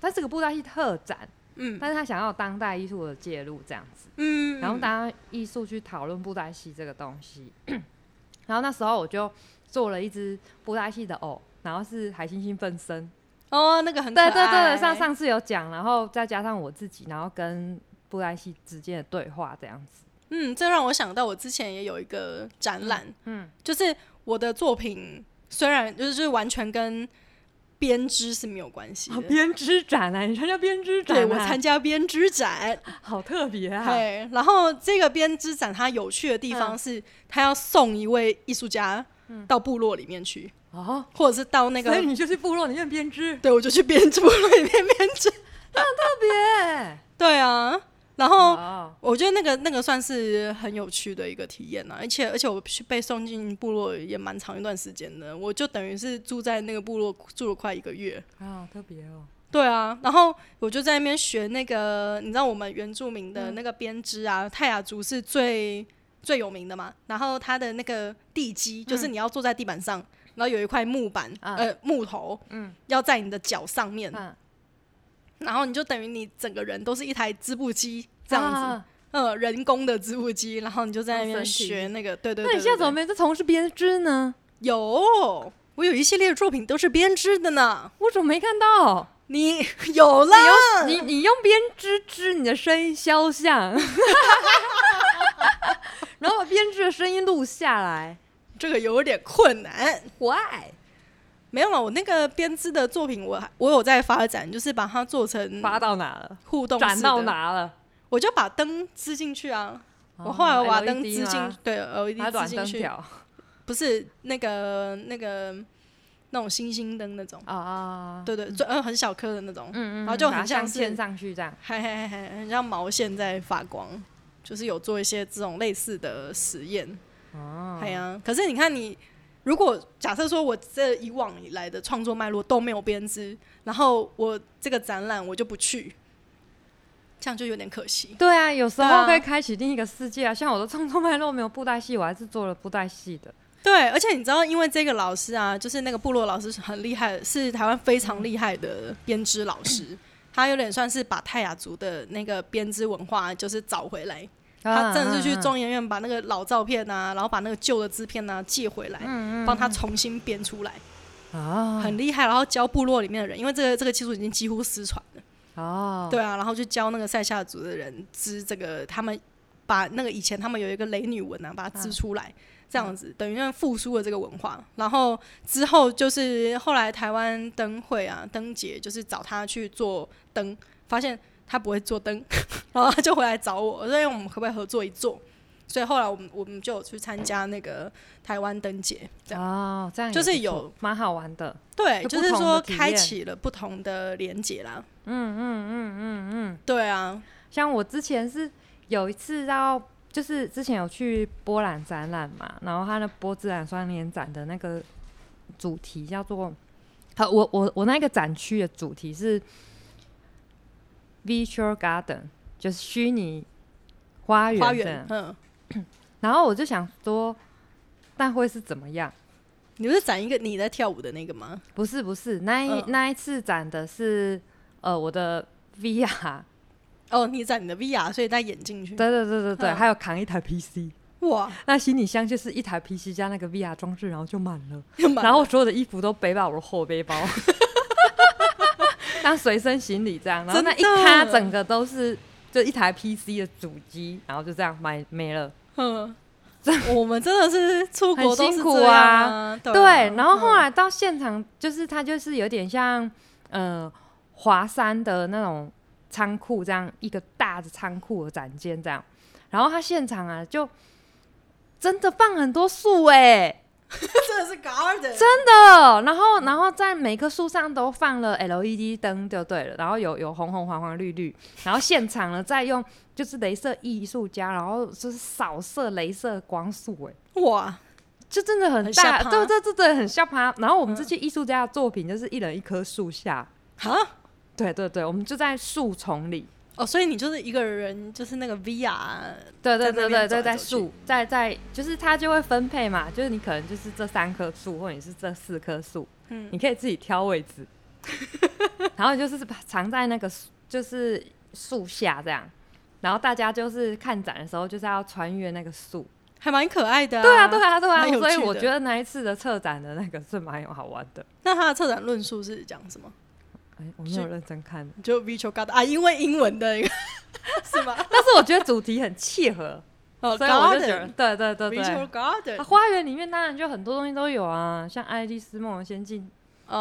B: 但这个布袋戏特展，
A: 嗯
B: 但是他想要有当代艺术的介入这样子。
A: 嗯，
B: 然后大家艺术去讨论布袋戏这个东西。 [CLEARS THROAT] 然后那时候我就做了一只布袋戏的偶，然后是海星星分身。
A: 哦，那个很可
B: 对
A: 爱
B: 对对，上上次有讲，然后再加上我自己，然后跟布袋戏之间的对话这样子。
A: 嗯，这让我想到我之前也有一个展览，
B: 嗯，
A: 就是我的作品虽然就是完全跟编织是没有关系
B: 哦，
A: 的，
B: 编织展啊，你参加编织展、啊，
A: 对我参加编织展，
B: 好特别啊！嗯
A: 对，然后这个编织展它有趣的地方是，它要送一位艺术家到部落里面去，
B: 哦，
A: 或者是到那
B: 嗯所
A: 个，
B: 以你就是部落里面编织，
A: 对我就去编织部落
B: [LAUGHS]
A: 里面编织。
B: 特别
A: 对啊，然后
B: 哦，
A: 我觉得那个那个算是很有趣的一个体验啊，而且而且我去被送进部落也蛮长一段时间的，我就等于是住在那个部落住了快一个月。
B: 啊，特别哦，
A: 对啊，然后我就在那边学那个，你知道我们原住民
B: 嗯
A: 的那个编织啊，泰雅族是最最有名的嘛。然后它的那个地基，就是
B: 嗯
A: 你要坐在地板上，然后有一块木板，
B: 啊
A: 呃，木头，
B: 嗯
A: 要在你的脚上面，
B: 嗯，
A: 然后你就等于你整个人都是一台织布机这样子，
B: 啊
A: 呃，人工的织布机，然后你就在那
B: 好
A: 边
B: 神奇
A: 学那个，对对对
B: 那你现在怎么
A: 对
B: 没在从事编织呢？
A: 对有？我有一系列的作品都是编织的呢。
B: 我怎么没看到？
A: 你 [LAUGHS] 有啦，
B: [LAUGHS] 你你用编织织你的声音肖 [LAUGHS] 像，然后把编织的声音录下来。
A: 这个有点困难。
B: Why？
A: 没有了，我那个编织的作品我，还我有在发展，就是把它做成
B: 发到哪了？
A: 互动
B: 展
A: 式
B: 到
A: 的，
B: 哪了？
A: 我就把灯织进去啊。
B: 哦
A: 我后来我把灯
B: LED
A: 织进
B: 吗，
A: 对 LED
B: 还有
A: 织
B: 短
A: 进
B: E 灯
A: 去
B: 条，
A: 不是那个那个那种星星灯那种，
B: 啊啊！
A: 对对，最呃很小颗的那种，
B: 嗯嗯，
A: 然后就
B: 把
A: 很
B: 它
A: 像
B: 镶
A: 是
B: 嵌上去这样。
A: 还还还很像毛线在发光，就是有做一些这种类似的实验。
B: 哦，
A: 哎呀、可是你看你，如果假设说我这以往以来的创作脉络都没有编织，然后我这个展览我就不去，这样就有点可惜。
B: 对啊，有时
A: 对啊
B: 候可以开启另一个世界啊。像我的创作脉络没有布袋戏，我还是做了布袋戏的。
A: 对，而且你知道，因为这个老师啊，就是那个部落老师是很厉害的，是台湾非常厉害的编织老师。他有点算是把泰雅族的那个编织文化就是找回来。
B: 嗯
A: 他真的是去中研院把那个老照片啊，然后把那个旧的制片啊借回来，帮他重新编出来，
B: 啊
A: 很厉害。然后教部落里面的人，因为这个这个技术已经几乎失传了。
B: 哦，
A: 对啊，然后就教那个塞夏族的人织这个，他们把那个以前他们有一个雷女纹啊，把它
B: 嗯
A: 织出来，这样子等于让复苏了这个文化。然后之后就是后来台湾灯会啊，灯节就是找他去做灯，发现他不会做灯， [LAUGHS] 然后他就回来找我，所以我们可不可以合作一做？所以后来我们我们就有去参加那个台湾灯节，这样、
B: 哦，这样也
A: 就是
B: 不错
A: 有
B: 蛮好玩的，
A: 对，
B: 有
A: 就
B: 不
A: 是
B: 同的
A: 说
B: 体
A: 开
B: 验
A: 启了不同的连结啦。
B: 嗯嗯嗯嗯嗯，
A: 对啊，
B: 像我之前是有一次到，就是之前有去波兰展览嘛，然后他的波自然双年展的那个主题叫做，呃，我我我那个展区的主题是 Virtual Garden，就是虚拟花园
A: 花
B: 这
A: 园
B: 样，
A: 嗯，
B: 然后我就想说，那会是怎么样？
A: 你不是展一个你在跳舞的那个吗？
B: 不是不是，那一、
A: 嗯
B: 那一次展的是呃我的 VR，
A: 哦，你在你的 VR，所以戴眼镜去。
B: 对对对对对，
A: 嗯
B: 还有扛一台 PC。
A: 哇，
B: 那行李箱就是一台 PC 加那个 VR 装置，然后就满了，
A: 然
B: 然后所有的衣服都背到我的后
A: [LAUGHS]
B: 背包，当随身行李这样。然后那一
A: 真的
B: 卡整个都是就一台 PC 的主机，然后就这样买没了。 [LAUGHS]
A: 嗯，我们真的是出国都
B: 很
A: 是
B: 辛苦
A: 这样啊，对啊
B: 对，然后后来到现场，就是它就是有点像呃华山的那种仓库这样一个大的仓库的展间这样，然后它现场啊就真的放很多树哎、
A: 真的是 garden，
B: 的，然
A: 嗯
B: 后然后在每棵树上都放了 LED 灯就对了，然后有有红红黄黄绿绿，然后现场呢再用就是镭射艺术家，然后就是扫射镭射光束、欸，
A: 哇，
B: 就真的很
A: 很吓
B: 大，
A: 趴嗯
B: 对对对对，很吓趴。然后我们这些艺术家的作品就是一人一棵树下，
A: 哈，
B: 对对对，我们就在树丛里，
A: 哦，所以你就是一个人，就是那个 VR，
B: 对
A: 在那
B: 对对
A: 边
B: 对
A: 走
B: 对，
A: 来
B: 在
A: 走去
B: 树，在在就是它就会分配嘛，就是你可能就是这三棵树，或者你是这四棵树，
A: 嗯
B: 你可以自己挑
A: [LAUGHS]
B: 位置，然后你就是把藏在那个树就是树下这样，然后大家就是看展的时候就是要穿越那个树，
A: 还蛮可爱的、
B: 对啊对。啊对啊，
A: 蛮有
B: 所以
A: 趣
B: 我
A: 的
B: 觉得那一次的策展的那个是蛮有好玩的，
A: 那它的策展论述是讲什么？
B: 哎，我没有认真看，
A: 就 virtual garden 啊，因为英文的
B: [LAUGHS]
A: 一个是吗？
B: 但是我觉得主题很契合，
A: 哦
B: 所以我就觉得，对对对对
A: ，garden，virtual。garden，
B: 啊花园里面当然就很多东西都有啊，像《爱丽丝梦游仙境》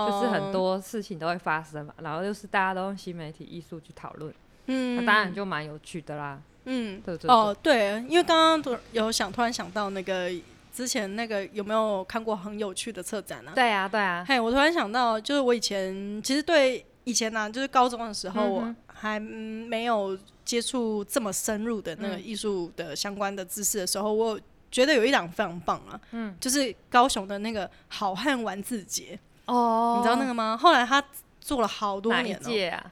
B: 就是
A: 哦
B: 很多事情都会发生嘛，然后就是大家都用新媒体艺术去讨论，
A: 嗯，
B: 那
A: 嗯，
B: 当然就蛮有趣的啦。
A: 嗯，
B: 对对
A: 哦，对，因为刚刚突有想突然想到那个之前那个有没有看过很有趣的策展啊
B: 对？对啊对啊，
A: 嘿，我突然想到，就是我以前其实对以前呢、啊，就是高中的时候，
B: 嗯哼
A: 我还嗯没有接触这么深入的那
B: 嗯
A: 个艺术的相关的知识的时候，我觉得有一档非常棒啊，嗯，就是高雄的那个好汉玩字节，
B: 哦
A: 你知道那个吗？后来他做了好多
B: 哪一
A: 年哦、
B: 届啊？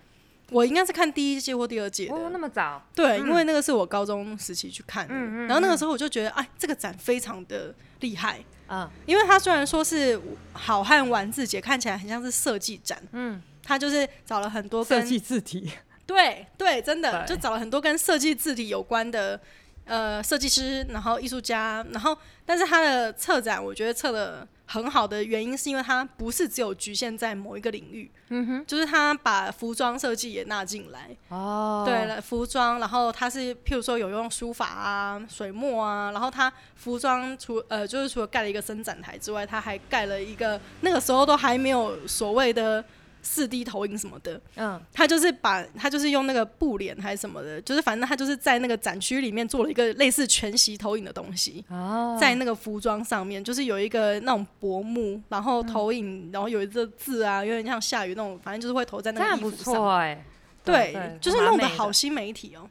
A: 我应该是看第一届或第二届的，
B: 哦，那么早，
A: 对，
B: 嗯
A: 因为那个是我高中时期去看的，
B: 嗯嗯
A: 然后那个时候我就觉得，哎，这个展非常的厉害，
B: 嗯
A: 因为它虽然说是好汉玩字节，看起来很像是设计展，
B: 嗯，
A: 它就是找了很多
B: 设
A: 跟
B: 计字体，
A: 对对，真的
B: 对
A: 就找了很多跟设计字体有关的呃设计师，然后艺术家，然后但是它的策展，我觉得策的很好的原因是因为它不是只有局限在某一个领域，
B: [LAUGHS] 嗯哼，
A: 就是它把服装设计也纳进来，
B: 哦，
A: 对了，服装，然后它是譬如说有用书法啊、水墨啊，然后它服装除呃就是除了盖了一个伸展台之外，它还盖了一个那个时候都还没有所谓的四 D 投影什么的，
B: 嗯，
A: 它就是把它就是用那个布帘还是什么的，就是反正它就是在那个展区里面做了一个类似全息投影的东西。
B: 哦，
A: 在那个服装上面，就是有一个那种薄幕，然后投影，然后有一个字啊，有点像下雨那种，反正就是会投在
B: 这
A: 那
B: 样
A: 个衣
B: 不
A: 服上。
B: 错哎，
A: 对，就是弄得好，新媒体哦、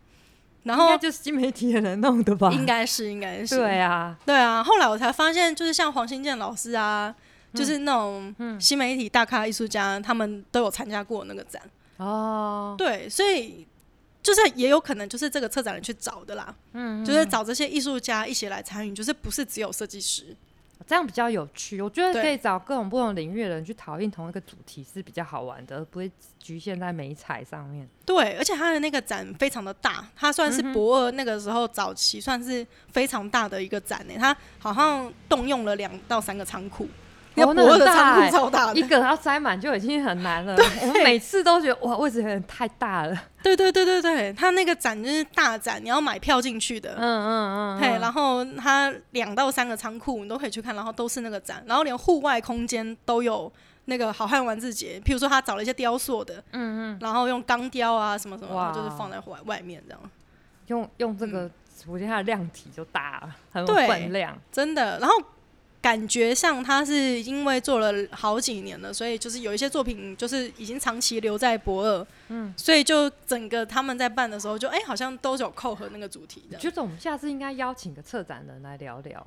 A: 然后
B: 应该就是新媒体的人弄的吧？ [LAUGHS]
A: 应该是应该是
B: 对啊，
A: 对啊，后来我才发现，就是像黄新建老师啊，就是那种新媒体大咖艺术家，他们都有参加过那个展。
B: 哦，
A: 对，所以就是也有可能就是这个策展嗯人去找的啦，嗯，就是找这些艺术家一起来参与，就是不是只有设计师，
B: 这样比较有趣。我觉得
A: 对
B: 可以找各种不同领域的人去讨论同一个主题是比较好玩的，而不会局限在美彩上面。
A: 对，而且它的那个展非常的大，它算
B: 嗯
A: 是博二那个时候早期算是非常大的一个展呢、欸它好像动用了两到三个仓库，那
B: 哦那
A: 博二
B: 很
A: 的
B: 大
A: 仓
B: 欸
A: 库超大
B: 一
A: 的，
B: 个要塞满就已经很难了，我们每次都觉得哇，位置有点太大了。
A: 对对对对对，它那个展就是大展，你要买票进去的，
B: 嗯嗯嗯，
A: 嘿，然后它两到三个仓库你都可以去看，然后都是那个展，然后连户外空间都有那个好汉玩字节，譬如说他找了一些雕塑的，嗯嗯，然后用钢雕啊什么什么，然后就是
B: 哇
A: 放在外外面这样，
B: 用用这个，我觉得它的量体就大了，很有
A: 嗯对
B: 分量。
A: 真的。然后感觉上他是因为做了好几年了，所以就是有一些作品就是已经长期留在博二，嗯，所以就整个他们在办的时候就哎好像都有扣合那个主题
B: 我
A: 的。
B: 觉得我们下次应该邀请个策展人来聊
A: [LAUGHS]
B: 聊。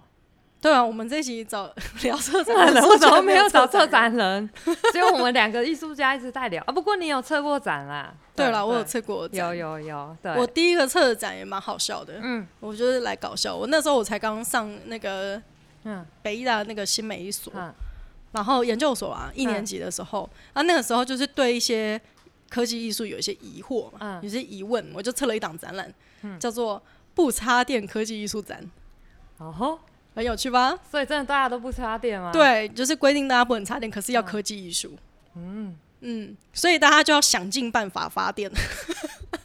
A: 对啊，我们这一集找 [LAUGHS] 聊策展
B: 算
A: 的时
B: 了，
A: 候，
B: 我怎么没有找策
A: 策展人？
B: 展
A: [LAUGHS]
B: 人？只有我们两个艺术家一直在聊啊。不过你有策过展啦？
A: 对了，我有策过展，
B: 有有有，对，
A: 我第一个策展也蛮好笑的，
B: 嗯
A: 我就是来搞笑。我那时候我才刚上那个
B: 嗯
A: 北医大那个新美一所，
B: 嗯
A: 然后研究所啊，一年级的时候，啊那个时候就是对一些科技艺术有一些疑惑嘛，
B: 嗯
A: 有些疑问，我就测了一档展览，叫做“不插电科技艺术展
B: 哦吼，”，
A: 很有趣吧？
B: 所以真的大家都不插电吗？，
A: 对，就是规定大家不能插电，可是要科技艺术。
B: 嗯，
A: 嗯，所以大家就要想尽办法发电，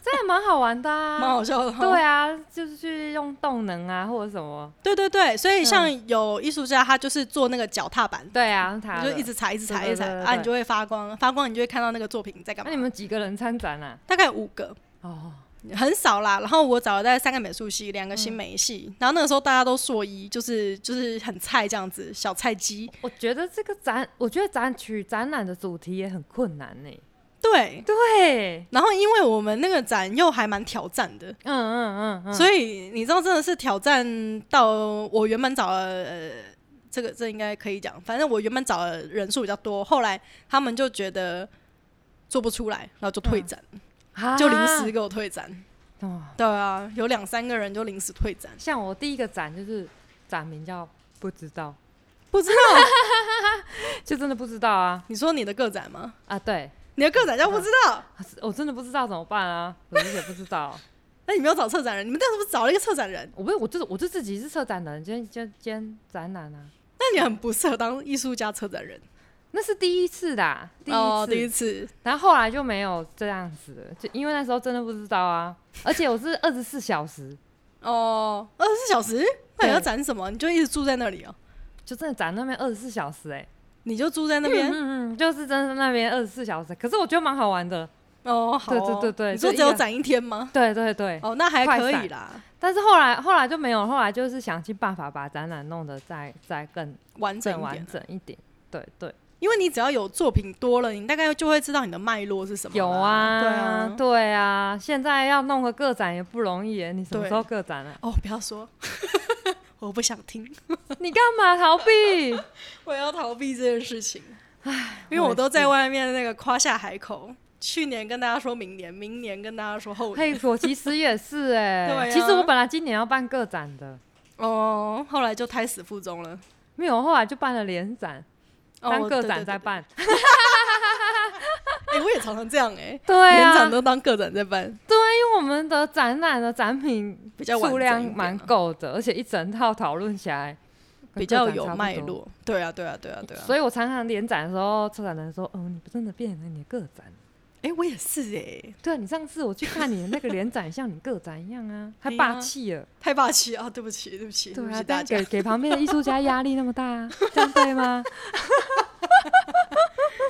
B: 这也蛮好玩的
A: 蛮
B: 啊。
A: 好笑的。
B: 对啊，就是去用动能啊，或者什么。
A: 对对对，所以像有艺术家，他就是做那个脚踏板，
B: 对嗯啊，他
A: 你就一直踩，一直踩，一
B: 对对
A: 直踩
B: 对对
A: 啊，
B: 对
A: 你就会发光，发光你就会看到那个作品在干
B: 那
A: 嘛
B: 你。们几个人参展啊？
A: 大概五个，
B: 哦，
A: 很少啦。然后我找了大概三个美术系，两个新美系。然后那个时候大家都硕一，就是就是很菜这样子，小菜鸡。
B: 我觉得这个展，我觉得展取展览的主题也很困难呢、
A: 对。
B: 对，
A: 然后因为我们那个展又还蛮挑战的，
B: 嗯嗯嗯嗯，
A: 所以你知道真的是挑战到我原本找了。呃这个这应该可以讲，反正我原本找的人数比较多，后来他们就觉得做不出来，然后就退展，
B: 以
A: 就临时给我退展。
B: 哦，
A: 对啊，有两三个人就临时退展，
B: 像我第一个展就是展名叫不知道，
A: 不知道
B: 就真的不知道啊
A: [LAUGHS] 你说你的个展吗？
B: 啊！对，
A: 你的个展叫不知道，
B: 啊是我真的不知道怎么办啊，我也不知道。 [LAUGHS]
A: 那你没有找策展人，你们当时不是找了一个策展人？
B: 我不是，我就是我就自己是策展人，兼兼兼展览啊，
A: 那你很不适合当艺术家策展人。
B: 那是第一次啦，第一次，
A: 哦，第一次，
B: 然后后来就没有这样子了，就因为那时候真的不知道啊，而且我是二十四小时，
A: 哦，二十四小时，那你
B: 对
A: 要展什么？你就一直住在那里哦，
B: 就真的展那边二十四小时哎、欸，
A: 你就住在那边。
B: 嗯嗯，就是真的那边二十四小时，可是我觉得蛮好玩的，
A: 哦，好哦，
B: 对对对对
A: 你说
B: 就
A: 只有
B: 一个
A: 展一天吗？
B: 对对对，
A: 哦，那还可以啦，
B: 但是后来后来就没有，后来就是想尽办法把展览弄得再再更
A: 完整
B: 更
A: 一
B: 完
A: 点。啊
B: 整一点。对对，
A: 因为你只要有作品多了，你大概就会知道你的脉络是什么啦。
B: 有
A: 对
B: 啊，
A: 啊。
B: 对啊，现在要弄个个展也不容易耶。你什么
A: 对
B: 时候个展啊？
A: 哦，不要说， [LAUGHS] 我不想听，
B: 你干嘛逃避？
A: [LAUGHS] 我要逃避这件事情。唉，因为
B: 我
A: 我
B: 也
A: 都在
B: 是
A: 外面那个夸下海口，去年跟大家说明年，明年跟大家说后年。
B: 佩服，其实也是哎、
A: 对啊
B: 其实我本来今年要办个展的，
A: 哦，后来就胎死腹中了，
B: 没有，后来就办了联展，
A: 哦
B: 当个展在。办。
A: 哎、我也常常这样哎、
B: [LAUGHS] 对
A: 连
B: 啊
A: 展，都当个展在办，
B: 因为我们的展览的展品
A: 比较完
B: 数
A: 整
B: 量
A: 一点
B: 蛮
A: 啊
B: 够的，而且一整套讨论起来
A: 比
B: 跟个
A: 较
B: 展
A: 有
B: 差不
A: 脉
B: 多
A: 络。对啊，对啊，对啊，对啊。
B: 所以我常常连展的时候，策展人说：“哦，你真的变成你的个展。
A: 哎、我也是哎、”
B: 对啊，你上次我去看你的那个连展，像你个展一样
A: [LAUGHS]
B: 啊，太
A: 哎呀
B: 霸气了。
A: 太霸气啊！对不起，对不起，对
B: 对
A: 不
B: 啊
A: 起，
B: 但
A: 大家
B: 给。给旁边的艺术家压力那么大啊，这样对吗？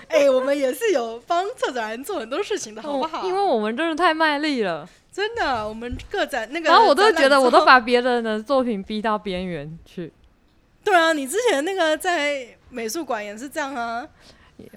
A: 哎、我们也是有帮策展人做很多事情的， [LAUGHS] 好不好？
B: 因为我们真的太卖力了，
A: 真的，我们个展那个，
B: 然后我都觉得我都。把别人的作品逼到边缘去，
A: 对啊，你之前那个在美术馆也是这样啊，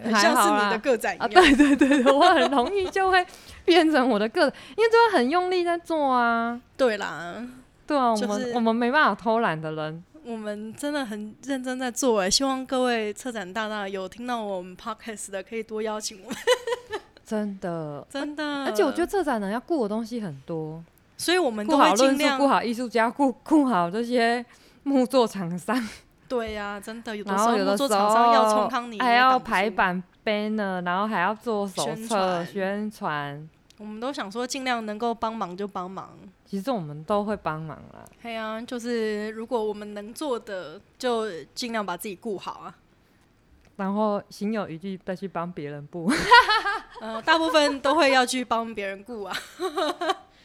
A: 很
B: 还
A: 像
B: 好
A: 是你
B: 啊
A: 的个展一
B: 啊，
A: 样。 [LAUGHS]
B: 对对对，对我很容易就会变成我的个，因为真的很用力在做啊，
A: 对啦，
B: 对啊，我
A: 就
B: 们、
A: 是
B: 我们没办法偷懒的人，
A: 我们真的很认真在做哎，希望各位策展大大有听到我们 podcast 的，可以多邀请我们， [LAUGHS]
B: 真的。
A: 真的。
B: 而且我觉得，策展人要顾的东西很多，
A: 所以我们
B: 顾
A: 都
B: 好
A: 会
B: 论
A: 尽
B: 述，顾
A: 量
B: 好艺术家，顾顾好这些木作厂商，
A: 对呀、真的有的
B: 然
A: 时
B: 后
A: 候
B: 有的
A: 合作
B: 时
A: 厂商要
B: 候
A: 冲康你
B: 还
A: 也
B: 要
A: 挡不
B: 排
A: 住，
B: 版 banner，然后还要做手
A: 宣
B: 册
A: 传
B: 宣传。
A: 我们都想说尽量能够帮忙就帮忙。
B: 其实我们都会帮忙啦，
A: 对啊，就是如果我们能做的，就尽量把自己顾好啊。
B: 然后行有余力再去帮别人布。
A: 呃，大部分都会要去帮别人顾啊，
B: [LAUGHS]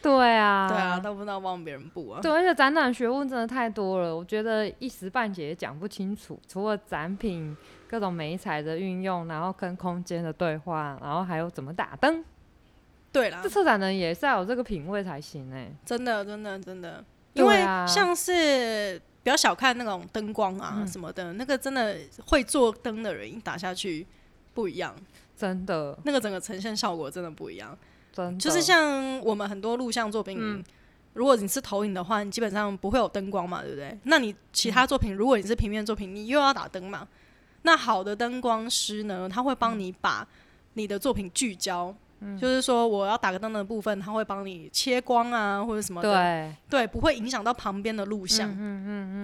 B: 对 [LAUGHS] 啊，
A: 对啊，大部分都要帮别人顾啊。
B: 对，而且展览学问真的太多了，我觉得一时半解也讲不清楚。除了展品各种美材的运用，然后跟空间的对话，然后还有怎么打灯，
A: 对啦
B: 这，策展人也是要有这个品味才行哎、
A: 真的，真的，真的，因
B: 对
A: 为
B: 啊
A: 像是不要小看那种灯光
B: 嗯
A: 啊什么的，那个真的会做灯的人一打下去不一样，
B: 真的，
A: 那个整个呈现效果真的不一样。
B: 真的嗯
A: 就是像我们很多录像作品，如果你是投影的话，你基本上不会有灯光嘛，对不对？那你其他作品，如果你是平面作品，你又要打灯嘛。那好的灯光师呢，他会帮你把你的作品聚焦，
B: 嗯
A: 就是说我要打个灯的部分，他会帮你切光啊或者什么的，
B: 对
A: 对，不会影响到旁边的
B: 嗯
A: 录像。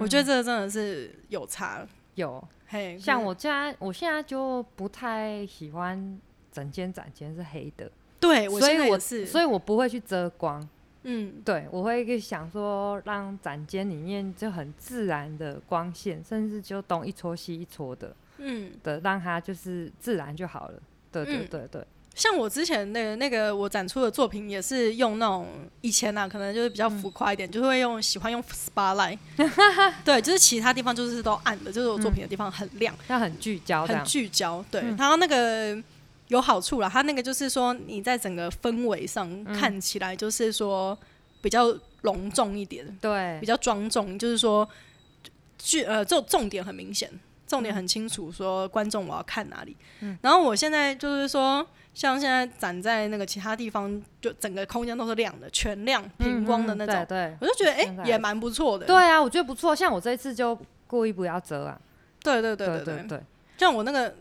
A: 我觉得这个真的是有差。
B: 有，
A: 嘿，
B: 像
A: 嗯
B: 我家我现在就不太喜欢整间展间是黑的，
A: 对，我
B: 所
A: 现在
B: 以
A: 也
B: 我
A: 是，
B: 所以我不会去遮光。
A: 嗯，
B: 对，我会去想说，让展间里面就很自然的光线，甚至就东一撮西一撮的
A: 嗯，
B: 的，让它就是自然就好了。对对
A: 嗯
B: 对对，
A: 像我之前那个那个我展出的作品也是用那种以前啊，可能就是比
B: 嗯
A: 较浮夸一点，就是会用喜欢用
B: [LAUGHS]
A: spotlight，对，就是其他地方就是都暗的，就是我作品的地方很亮，
B: 要很聚焦嗯这
A: 很
B: 样。嗯
A: 聚焦。对，然后那个有好处啦，它那个就是说你在整个氛围上
B: 嗯
A: 看起来就是说比较隆重一点，
B: 对
A: 比，较庄重，就是说剧呃，这重点很明显，重点很清楚，说观众我要看哪里。
B: 嗯
A: 然后我现在就是说，像现在展在那个其他地方，就整个空间都是亮的，全亮平光的那种，
B: 嗯嗯对
A: 我就觉得哎、
B: 现在
A: 也蛮不错的。
B: 对对啊，我觉得不错。像我这一次就故意不要遮啊。
A: 对对对
B: 对
A: 对
B: 对
A: 对，
B: 对，
A: 像我那个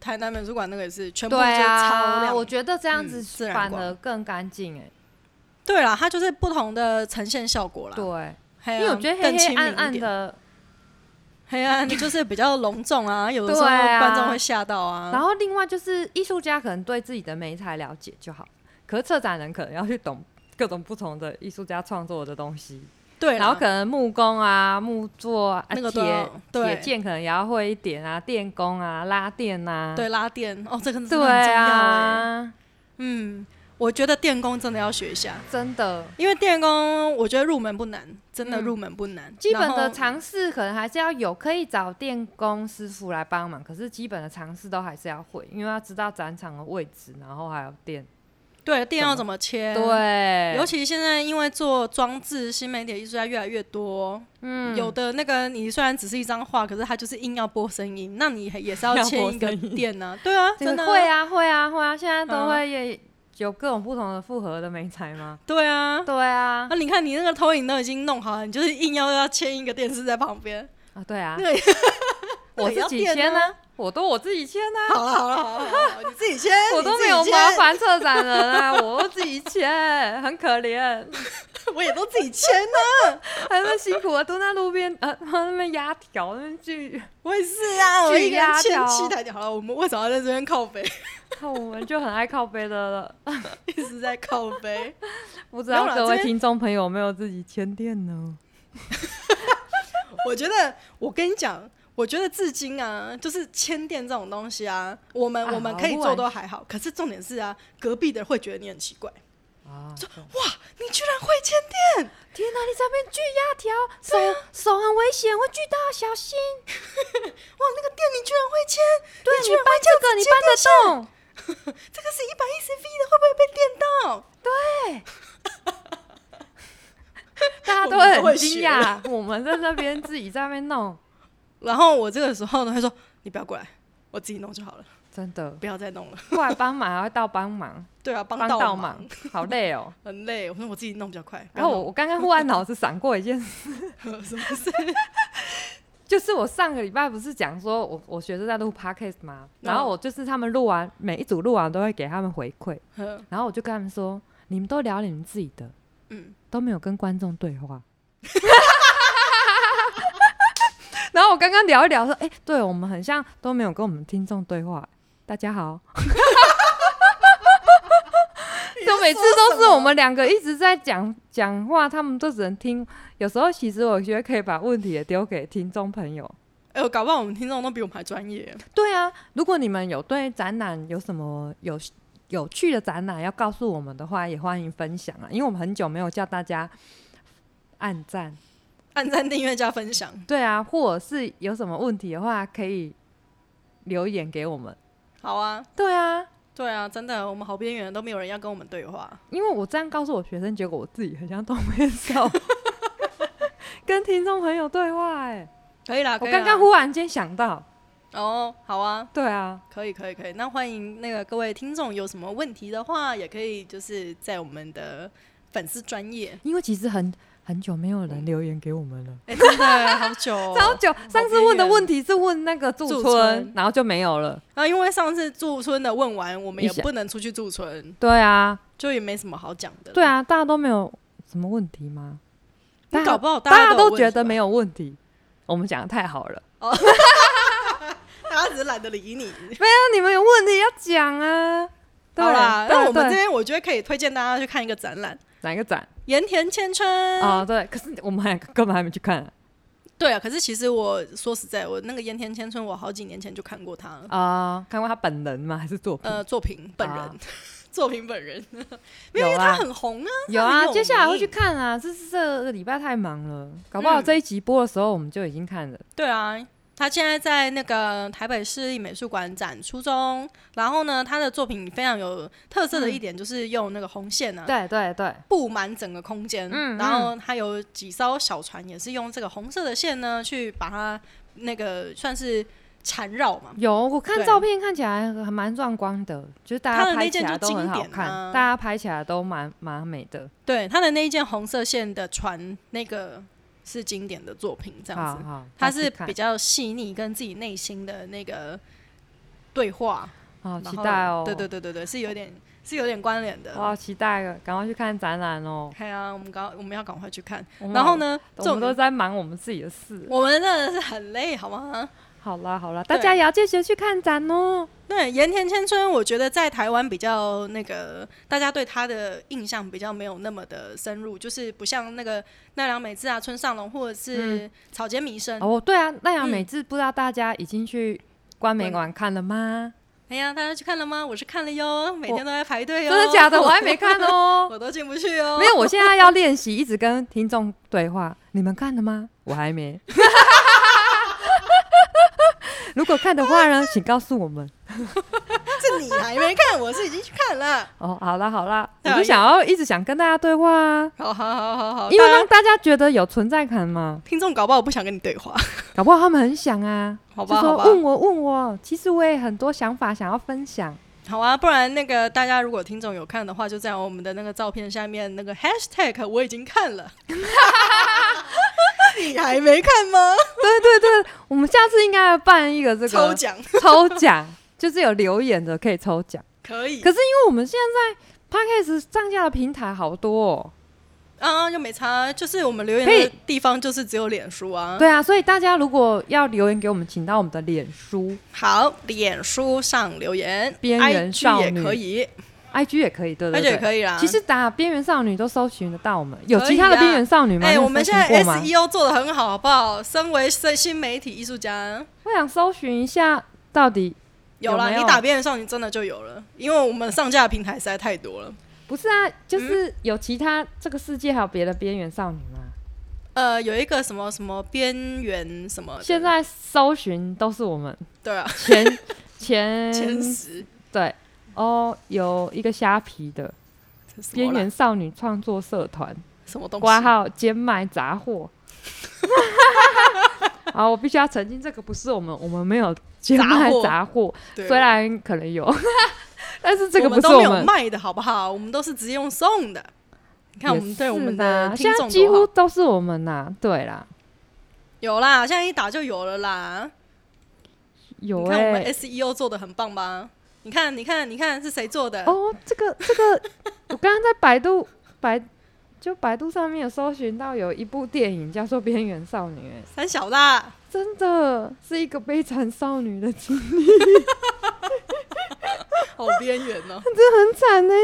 A: 台南美术馆那个也是全部
B: 对
A: 都是超
B: 啊，
A: 亮。
B: 我觉得这样
A: 嗯
B: 子
A: 自然
B: 反
A: 光
B: 而更干净哎。
A: 对啦，它就是不同的呈现效果啦。
B: 对，
A: 嘿啊，
B: 因为我觉得黑
A: 更
B: 黑
A: 亲民
B: 暗
A: 一
B: 暗
A: 点，
B: 的，
A: 黑暗 [LAUGHS] 就是比较隆重啊，有的时候
B: 对啊
A: 观众会吓到啊。
B: 然后另外就是艺术家可能对自己的美材了解就好，可是策展人可能要去懂各种不同的艺术家创作的东西，
A: 对啦，
B: 然后可能木工啊、木作啊、
A: 那个都
B: 铁
A: 要对
B: 铁件可能也要会一点啊，电工啊、拉电啊，
A: 对拉电哦，这个真的
B: 对
A: 很重要哎、
B: 啊，
A: 嗯，我觉得电工真的要学一下，
B: 真的。
A: 因为电工我觉得入门不难，真的
B: 嗯
A: 入门不难。
B: 基本的
A: 然后
B: 常识可能还是要有，可以找电工师傅来帮忙，可是基本的常识都还是要会，因为要知道展场的位置，然后还有电。
A: 对电要怎么切？。
B: 对，
A: 尤其现在，因为做装置新媒体艺术家越来越多，嗯，有的那个你虽然只是一张画，可是它就是硬要播声音，那你也是要
B: 要
A: 切
B: 播
A: 一个
B: 声音
A: 电啊，对啊，
B: 真
A: 真
B: 的
A: 的
B: 会，啊，会啊，会啊，现在
A: 嗯
B: 都会也有各种不同的复合的美材吗？
A: 对啊，
B: 对啊，
A: 那你看你那个投影都已经弄好了，你就是硬要要牵一个电视在旁边，
B: 啊，对
A: [LAUGHS]
B: 啊，
A: 对
B: 我
A: 也
B: 自
A: 要
B: 己
A: 电
B: 签
A: 啊
B: 啊，我都我自己签啊，
A: 好了好了好了好了，你自己签，
B: [LAUGHS] 我
A: 你
B: 都
A: 自
B: 没
A: 己
B: 有
A: 签
B: 麻烦策展人啊，我都自己签，很可怜，
A: [LAUGHS] 我也都自己签了，
B: 还在辛苦的蹲在路边，呃，那边压条，那边去，
A: [LAUGHS] 我也是 [LAUGHS] 啊，我
B: 巨
A: 一个人
B: 压条
A: 签七台好了，我们为什么要在这边靠背？ [LAUGHS]
B: 看我们就很爱靠背的了。
A: 一直在靠背。
B: 不知
A: 没有
B: 道
A: 啦
B: 各
A: 这
B: 位
A: 边
B: 听众朋友有没有自己签店呢？
A: 我觉得，我跟你讲，我觉得至今啊，就是签店这种东西啊，我们、
B: 啊
A: 我们可以
B: 不
A: 做
B: 然
A: 都还好，可是重点是啊，隔壁的人会觉得你很奇怪，
B: 啊，
A: 你居然会签店，
B: 天哪，你这边锯压条，手
A: 啊
B: 手很危险，会锯到，小心。
A: 哇，那个店你居然会签，
B: 对
A: 你
B: 你
A: 居然
B: 搬
A: 会这
B: 这
A: 样
B: 个，
A: 子
B: 你
A: 签
B: 搬得动。
A: 这个是一百一十 V 的，会不会被电到？
B: 大家
A: 我们
B: 都
A: 都
B: 很
A: 会
B: 惊
A: 学
B: 讶，我们在那边自己在那边弄，
A: 然后我这个时候呢，他说你不要过来，我自己弄就好了，
B: 真的
A: 不要再弄了。
B: 过来帮忙，还会到帮忙，
A: 对啊，帮
B: 帮
A: 倒
B: 倒
A: 忙嗯
B: 忙，好累哦。
A: 很累。我说我自己弄比较快。不
B: 然
A: 要
B: 后我我刚刚忽然脑子闪过一件事， [LAUGHS]
A: 弄 [LAUGHS] 什么事？
B: 就是我上个礼拜不是讲说我我学生在录 podcast 吗？
A: 嗯
B: 然后我就是他们录完每一组录完都会给他们回馈， [LAUGHS] 然后我就跟他们说，你们都聊你们自己的，
A: 嗯，
B: [LAUGHS] 都没有跟观众对话。然后我刚刚聊一聊说，哎、对我们很像都没有跟我们听众对话。大家 [LAUGHS] 好，就每次都是我们两个一直在讲讲话，他们都只能听。有时候其实我觉得可以把问题也丢给听众朋友。
A: 哎、呦，搞不好我们听众都比我们还专业。
B: 对啊，如果你们有对展览有什么有有趣的展览要告诉我们的话，也欢迎分享啊，因为我们很久没有叫大家按赞。
A: 按赞、订阅、加分享，
B: 对啊，或者是有什么问题的话，可以留言给我们。
A: 好啊，
B: 对啊，
A: 对啊，真的，我们好边缘都没有人要跟我们对话。
B: 因为我这样告诉我学生，结果我自己很像东北少， [LAUGHS] 跟听众朋友对话、欸。
A: 可以啦，
B: 哎，我
A: 可以
B: 刚
A: 啦
B: 刚忽然间想到，
A: 哦，好啊，
B: 对啊，
A: 可以，可以，可以。那欢迎那个各位听众有什么问题的话，也可以就是在我们的粉丝专业。
B: 因为其实很很久没有人留言给我们了。
A: 哎、真的好久、 [LAUGHS] 哦，
B: 好久，上次问的问题是问那个
A: 驻村
B: 驻村，然后就没有了。
A: 啊，因为上次驻村的问完，我们也
B: 一下
A: 不能出去驻村，
B: 对啊，
A: 就也没什么好讲的。
B: 对，啊，大家都没有什么问题吗？
A: 你搞不好
B: 大
A: 都
B: 家
A: 有
B: 都
A: 问
B: 觉
A: 题
B: 得
A: 吧
B: 没，有问题，我们讲的太好了。
A: [LAUGHS] 大家只是懒得理你。
B: 那你们有问题要讲啊。对
A: 好啦，
B: 对
A: 那我们
B: 对
A: 这边我觉得可以推荐大家去看一个展览，
B: 哪一个展
A: 盐田千春。
B: 啊、对，可是我们还根本还没去
A: 哦
B: 看
A: 对啊，可是其实我说实在，我那个盐田千春，我好几年前就看过他了。
B: 啊、看过他本人吗？还是作品？
A: 呃，作品本人，
B: 啊
A: [LAUGHS] 作品本
B: [LAUGHS]
A: 人，没有，因
B: 有
A: 为他
B: 啊，
A: 很红啊。
B: 有
A: 很
B: 啊，
A: 有
B: 接下来会去
A: 名
B: 看啊。这是这个礼拜太忙了，搞不好
A: 嗯
B: 这一集播的时候我们就已经看了。
A: 对啊，他现在在那个台北市立美术馆展出中。然后呢，他的作品非常有特
B: 嗯
A: 色的一点就是用那个红线啊，
B: 对对对，
A: 布满整个空间。
B: 嗯
A: 然后它有几艘小船也是用这个红色的线呢，去把它那个算是缠绕嘛。
B: 有我看
A: 对
B: 照片看起来还蛮壮观的，就是大
A: 他
B: 家
A: 的那
B: 拍起
A: 件
B: 来
A: 就
B: 都很
A: 经
B: 好
A: 典
B: 看，
A: 啊
B: 大家拍起来都蛮蛮美的。
A: 对，它的那一件红色线的船，那个是经典的作品，这样
B: 好
A: 子。
B: 好，
A: 它
B: 要去
A: 是
B: 看
A: 比较细腻，跟自己内心的那个对话。
B: 好期
A: 然后
B: 待哦，
A: 对对，对对对，是有点是有点关联的。
B: 我好期待了，赶快去看展览哦。
A: 对啊，我们赶我们要赶快去看。
B: 我们
A: 然后
B: 好？
A: 呢，
B: 我
A: 重
B: 们都
A: 点
B: 在忙我们自己的事。
A: 我们真的是很累，好吗？
B: 好啦好啦，
A: 对
B: 大家也要记得去看展哦。
A: 对，盐田千春，我觉得在台湾比较那个，大家对他的印象比较没有那么的深入，就是不像那个奈良美智啊、村上隆或者是草间弥生。
B: 哦，对啊，奈
A: 嗯
B: 良美智，不知道大家已经去关美馆看了吗？
A: 哎呀，大家去看了吗？我是看了哟，每
B: 我
A: 天都在排队
B: 真
A: 哟。
B: 的假的？我还没看哦。
A: [LAUGHS] 我都进不去哦。
B: 没有，我现在要练习，一直跟听众对话。你们看了吗？我
A: [LAUGHS]
B: 还没。如果看的话呢，请告诉我们。
A: 是你还没看，我是已经去看了。
B: 哦，好啦好啦，我
A: 对啊
B: 就想要一直想跟大家对话啊，
A: 好好好好好，
B: 因为
A: 大家
B: 让大家觉得有存在感嘛。
A: 听众搞不好不想跟你对话，
B: 搞不好他们很想啊，
A: 好
B: 就
A: 吧？好
B: 说
A: 吧，
B: 问我问我，其实我也很多想法想要分享。
A: 好啊，不然那个大家如果听众有看的话，就在我们的那个照片下面那个 hashtag 我已经看
B: [LAUGHS]
A: 了，你还没看吗？
B: 我们下次应该要办一个这个
A: 抽奖
B: [LAUGHS] 抽奖，就是有留言的可以抽奖。
A: 可以，
B: 可是因为我们现在 podcast 上架的平台好多、哦，
A: 啊又没差，就是我们留言
B: 可以
A: 的地方就是只有脸书啊。
B: 对啊，所以大家如果要留言给我们，请到我们的脸书、
A: 好，脸书上留言，
B: 边缘
A: IG
B: 少
A: 也
B: 女
A: 可以，
B: IG 也可以，对
A: 而
B: 对
A: 且
B: 对。
A: 可以啦。
B: 其实打“边缘少女”都搜寻得到我们，有
A: 可以
B: 其他的
A: 啦
B: 边缘少女吗？
A: 哎、
B: 你有
A: 我们
B: 搜
A: 现
B: 寻
A: 在
B: 过吗
A: SEO 做的很好，好不好？身为新新媒体艺术家，
B: 我想搜寻一下，到底
A: 有啦，
B: 有没有
A: 你打边缘少女真的就有了，因为我们上架的平台实在太多了。
B: 不是
A: 嗯
B: 啊，就是有其他这个世界还有别的边缘少女吗？
A: 呃，有一个什么什么边缘什么的，
B: 现在搜寻都是我们
A: 对啊，
B: 前前
A: 前十
B: 对哦，有一个虾皮的
A: 什么
B: 边
A: 啦
B: 缘少女创作社团，
A: 什么东西？
B: 挂号兼卖杂
A: [LAUGHS]
B: 货。好，我必须要澄清，这个不是我们，我们没有兼卖杂货，
A: 对，
B: [LAUGHS] 虽然可能有， [LAUGHS] 但是这个
A: 我
B: 不
A: 们
B: 是
A: 都
B: 我
A: 没有
B: 们。
A: 卖的好不好？我们都是直接用送的。你看我们对我们的听
B: 也是啦现在
A: 众
B: 几
A: 多
B: 乎
A: 好，
B: 都是我们呐、对啦，
A: 有啦，现在一打就有了啦。
B: 有
A: 你看我
B: 哎、
A: 们 SEO 做的很棒吧？你
B: 哦
A: 看，你看，你看是谁做的？
B: 哦，这个这个，我刚刚在百度百就百度上面有搜寻到有一部电影叫做《边缘少女》，哎，
A: 三小啦，
B: 真的是一个悲惨少女的经历，
A: 好边缘哦。
B: 很惨呢、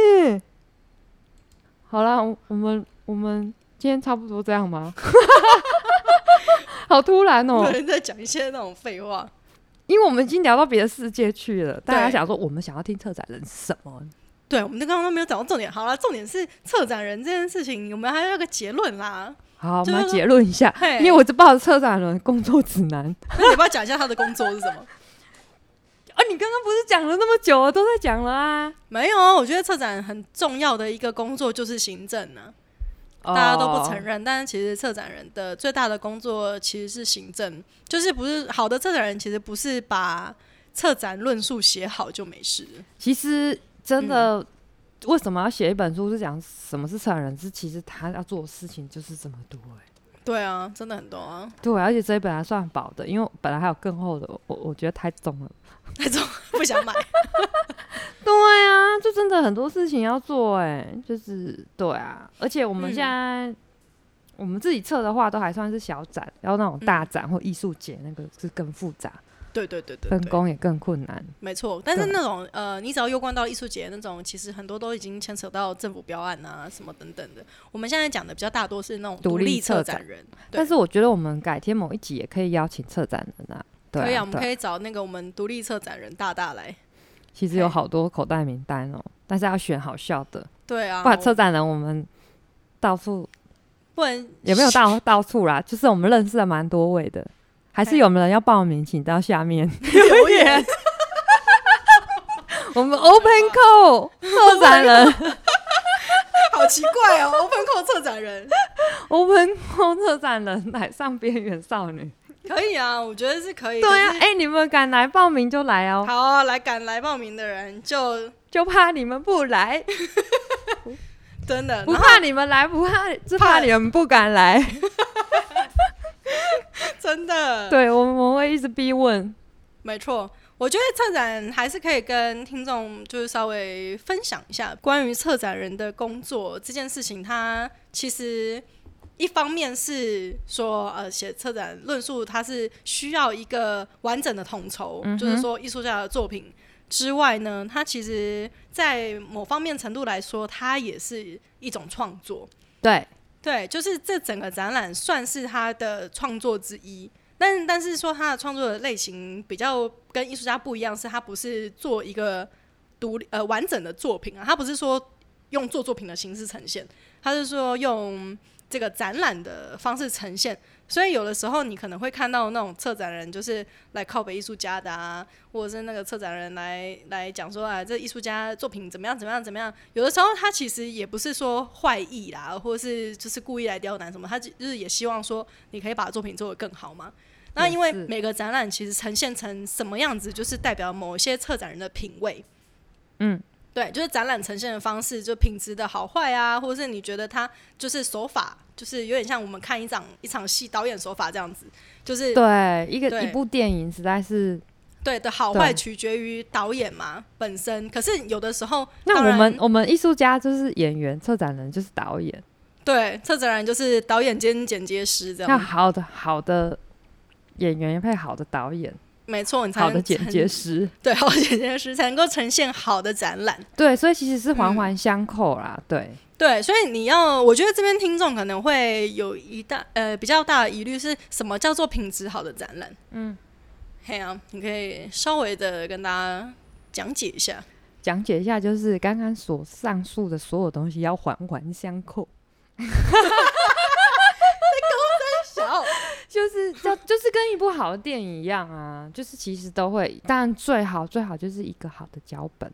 B: 好啦，我我们我们今天差不多这样吗？ [LAUGHS] 好突然 [LAUGHS] 哦、
A: 有人在讲一些那种废话，
B: 因为我们已经聊到别的世界去了，大家
A: 对
B: 想说我们想要听策展人是什么？
A: 对，我们刚刚都没有讲到重点。好了，重点是策展人这件事情，我们还要有个结论啦。
B: 好，我
A: 就
B: 们
A: 是
B: 来结论一下，
A: 嘿
B: 因为我只抱着策展人工作指南啊，
A: 那你要不要讲一下他的工作是什么？
B: 你刚刚不是讲了那么久了，都在讲了啊，
A: 没有啊，我觉得策展很重要的一个工作就是行政呢、大家都不承
B: 哦。
A: 认。但是其实策展人的最大的工作其实是行政，就是不是好的策展人其实不是把策展论述写好就没事了。
B: 其实真的，为什么要写一本书是讲什么是策展人？是其实他要做的事情就是这么多、欸
A: 对啊，真的很多啊， [LAUGHS]
B: 对，而且这一本还算薄的，因为本来还有更厚的，我我觉得太重了。
A: 那种不想买。
B: 对啊，就真的很多事情要做哎、就是对啊，而且我们
A: 嗯
B: 现在、我们自己测的话，都还算是小展，然后那种大展或艺术节那个是更复杂，
A: 对对对对啊
B: 分
A: 对，
B: 工也更困难。
A: 没错。但是
B: 对
A: 那种呃，你只要攸关到艺术节那种，其实很多都已经牵扯到政府标案啊什么等等的。我们现在讲的比较大多是那种
B: 独
A: 独
B: 立
A: 立
B: 策
A: 策
B: 展
A: 展人，对
B: 但是我觉得我们改天某一集也可以邀请策展人啊。对啊，
A: 可以啊，我们可
B: 以。
A: 以找那个我们独立策展人大大来。
B: 其实有
A: 嘿
B: 好多口袋名单哦、但是要选好笑的，
A: 对啊，
B: 不然
A: 我
B: 策展人我们到处
A: 不然
B: 也没有到到处啦，就是我们认识了蛮多位的，还是有人要报名，请到下面 [LAUGHS] 留言。我们 Open Call 策展 [LAUGHS] 人
A: [LAUGHS] 好奇怪哦，Open [LAUGHS] Call 策展人。
B: ，Open Call 策展人来上边缘少女。
A: [LAUGHS] 可以啊，我觉得是可以。
B: 对啊，
A: 可是
B: 哎、你们敢来报名就来哦，
A: 好啊，来敢来报名的人就
B: 就怕你们不来，
A: 真的。
B: 不
A: 然后
B: 怕你们来，不怕，是怕你们不敢 [LAUGHS] 来。
A: [LAUGHS] 真的，
B: 对，我们会一直逼问。
A: 没错。我觉得策展还是可以跟听众就是稍微分享一下关于策展人的工作这件事情，它其实。一方面是说，呃，写策展论述它是需要一个完整的统筹，
B: 嗯哼
A: 就是说艺术家的作品之外呢，它其实在某方面程度来说，它也是一种创作。
B: 对，
A: 对，就是这整个展览算是他的创作之一。但但是说他的创作的类型比较跟艺术家不一样，是他不是做一个独立呃完整的作品啊，他不是说用做作品的形式呈现，他是说用这个展览的方式呈现。所以有的时候你可能会看到那种策展人就是来靠北艺术家的啊，或者是那个策展人来来讲说啊，这艺术家作品怎么样怎么样怎么样。有的时候他其实也不是说坏意啦，或是就是故意来刁难什么，他就就是也希望说你可以把作品做得更好嘛。那因为
B: 也是
A: 每个展览其实呈现成什么样子，就是代表某一些策展人的品味。
B: 嗯，
A: 对，就是展览呈现的方式，就品质的好坏啊，或者是你觉得他就是手法，就是有点像我们看一场一场戏导演手法这样子，就是
B: 对，一个
A: 对
B: 一部电影实在是。
A: 对的好坏
B: 对
A: 取决于导演嘛本身。可是有的时候，当
B: 那我
A: 然
B: 们我们艺术家就是演员，策展人就是导演。
A: 对策展人就是导演兼剪接师这
B: 那
A: 样，
B: 好的好的演员配好的导演，
A: 没错，你才能
B: 好的剪接师， [LAUGHS]
A: 对好的剪接师才能够呈现好的展览。
B: 对，所以其实是
A: 嗯
B: 环环相扣啦，对，
A: 对，所以你要，我觉得这边听众可能会有一大呃比较大的疑虑是什么叫做品质好的展览？嗯，嘿啊，你可以稍微的跟大家讲解一
B: [LAUGHS]
A: 下。
B: 讲解一下，就是刚刚所上述的所有东西要环环相扣，
A: 小，
B: 就是就就是跟一部好的电影一样啊，就是其实都会，但最好最好就是一个好的脚本，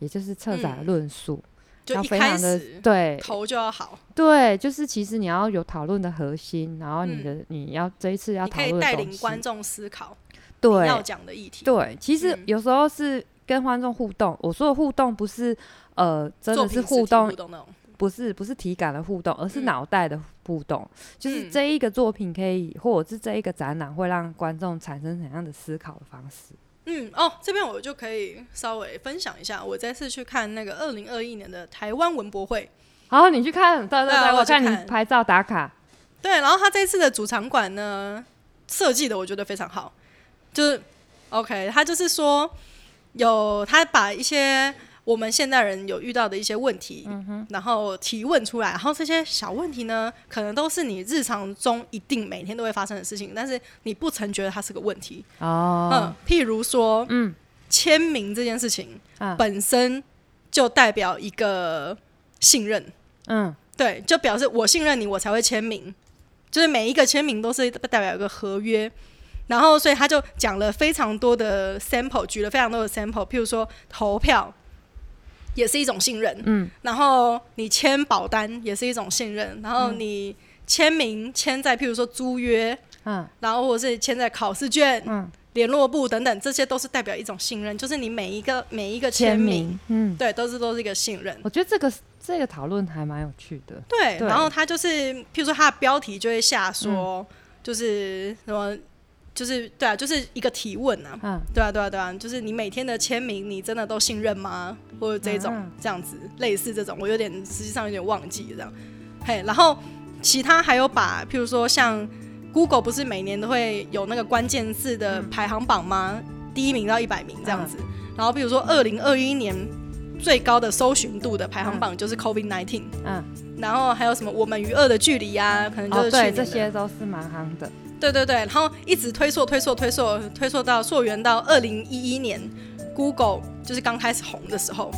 B: 也就是策展的
A: 嗯
B: 论述，
A: 就
B: 要
A: 一
B: 非
A: 开
B: 常的
A: 始
B: 对，
A: 头就要好，
B: 对，就是其实你要有讨论的核心，然后你的、你要这一次要
A: 嗯你
B: 讨
A: 可
B: 论
A: 以
B: 的
A: 带
B: 东
A: 领
B: 西
A: 观众思考你
B: 对
A: 要讲的议题。
B: 对，其实
A: 嗯
B: 有时候是跟观众互动。我说的互动不是呃，真
A: 作
B: 的
A: 品
B: 是
A: 实体
B: 互动
A: 互，动那种。
B: 不是不是体感的互动，而是
A: 嗯
B: 脑袋的互动。就是
A: 嗯
B: 这一个作品可以，或者是这一个展览会让观众产生怎样的思考的方式？
A: 嗯，哦，这边我就可以稍微分享一下，我这次去看那个二零二一年的台湾文博会，
B: 然后你去看，对对
A: 对啊
B: 对，
A: 我去
B: 看
A: 看
B: 你拍照打卡，
A: 对，然后他这次的主场馆呢，设计的我觉得非常好，就是 OK，他就是说有他把一些我们现代人有遇到的一些问题，
B: 嗯
A: 然后提问出来，然后这些小问题呢，可能都是你日常中一定每天都会发生的事情，但是你不曾觉得它是个问题。
B: 哦，
A: 嗯，譬如说
B: 嗯，
A: 签名这件事情、
B: 啊
A: 本身就代表一个信任，
B: 嗯，
A: 对，就表示我信任你，我才会签名。就是每一个签名都是代表一个合约，然后所以他就讲了非常多的 sample，举了非常多的 sample，譬如说投票也是一种信任，
B: 嗯，
A: 然后你签保单也是一种信任，然后你签名签在譬如说租约，
B: 嗯，
A: 然后或者是签在考试卷、
B: 嗯、
A: 联络簿等等，这些都是代表一种信任，就是你每一个每一个
B: 签
A: 名，
B: 名，嗯，
A: 对，都是都是一个信任。
B: 我觉得这个这个讨论还蛮有趣的，
A: 对，
B: 对
A: 然后他就是，譬如说他的标题就会下说，
B: 嗯
A: 就是什么，就是对啊，就是一个提问啊，
B: 嗯，
A: 对啊，对啊，对啊，就是你每天的签名，你真的都信任吗？或者这种、
B: 嗯
A: 这样子，类似这种，我有点实际上有点忘记这样。嘿，然后其他还有把，譬如说像 Google 不是每年都会有那个关键字的
B: 嗯
A: 排行榜吗？第一名到一百名这样子。然后比如说二零二一年最高的搜寻度的排行榜就是 COVID nineteen，
B: 嗯，
A: 然后还有什么我们与恶的距离呀、可能就
B: 哦，
A: 是去
B: 对，
A: 年的、
B: 这些都是蛮夯的，
A: 对对对，然后一直推溯推溯推溯推溯到溯源到二零一一年，Google 就是刚开始红的时候，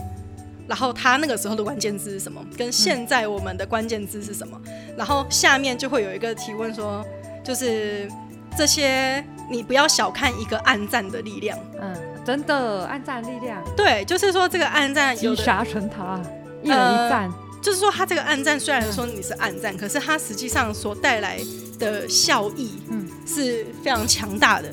A: 然后它那个时候的关键字是什么，跟现在我们的关键字是什么，然后下面就会有一个提问说，就是这些你不要小看一个暗战的力量，
B: 嗯，真的，暗战力量，
A: 对，就是说这个暗战有
B: 击
A: 的呃
B: 杀成塔，一人一战，
A: 就是说，它这个暗战虽然说你是暗战，可是它实际上所带来的效益，
B: 嗯
A: 是非常强大的。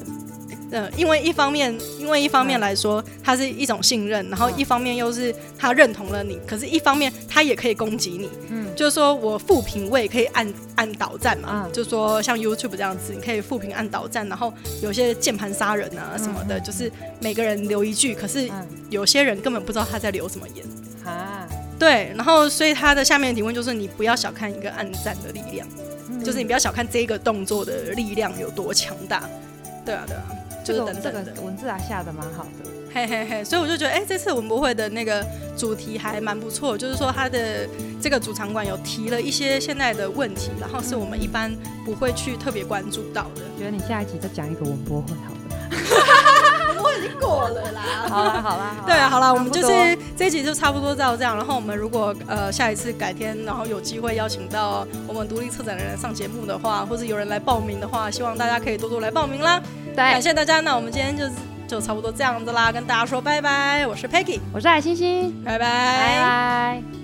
A: 呃，因为一方面，因为一方面
B: 嗯
A: 来说，它是一种信任，然后
B: 嗯
A: 一方面又是他认同了你，可是一方面他也可以攻击你，
B: 嗯
A: 就是说我负评我也可以按按倒站嘛，
B: 嗯
A: 就是说像 YouTube 这样子，你可以负评按倒站，然后有些键盘杀人啊什么的，
B: 嗯嗯
A: 就是每个人留一句，可是
B: 嗯，
A: 有些人根本不知道他在留什么言。
B: 啊，
A: 对，然后所以他的下面的提问就是你不要小看一个暗战的力量，
B: 嗯
A: 就是你不要小看这个动作的力量有多强大。对啊，对啊，就
B: 这
A: 是
B: 个
A: 等
B: 这
A: 等的，
B: 个文字啊下的蛮好的，
A: 嘿嘿嘿。所以我就觉得，哎、这次文博会的那个主题还蛮不错，就是说它的这个主场馆有提了一些现在的问题，然后是我们一般不会去特别关注到的。
B: 觉得你下一集再讲一个文博会好了，
A: 过
B: 嗯
A: 了啦。
B: 好啦好啦，
A: 对啊，好了，我们
B: 差
A: 就
B: 不多
A: 是这一集就差不多到这样。然后我们如果呃下一次改天，然后有机会邀请到我们独立策展人上节目的话，或是有人来报名的话，希望大家可以多多来报名啦。感
B: 对，
A: 谢大家，那我们今天就是就差不多这样子啦，跟大家说拜拜。我是 Peggy，
B: 我是海星星，
A: 拜拜。
B: 拜拜。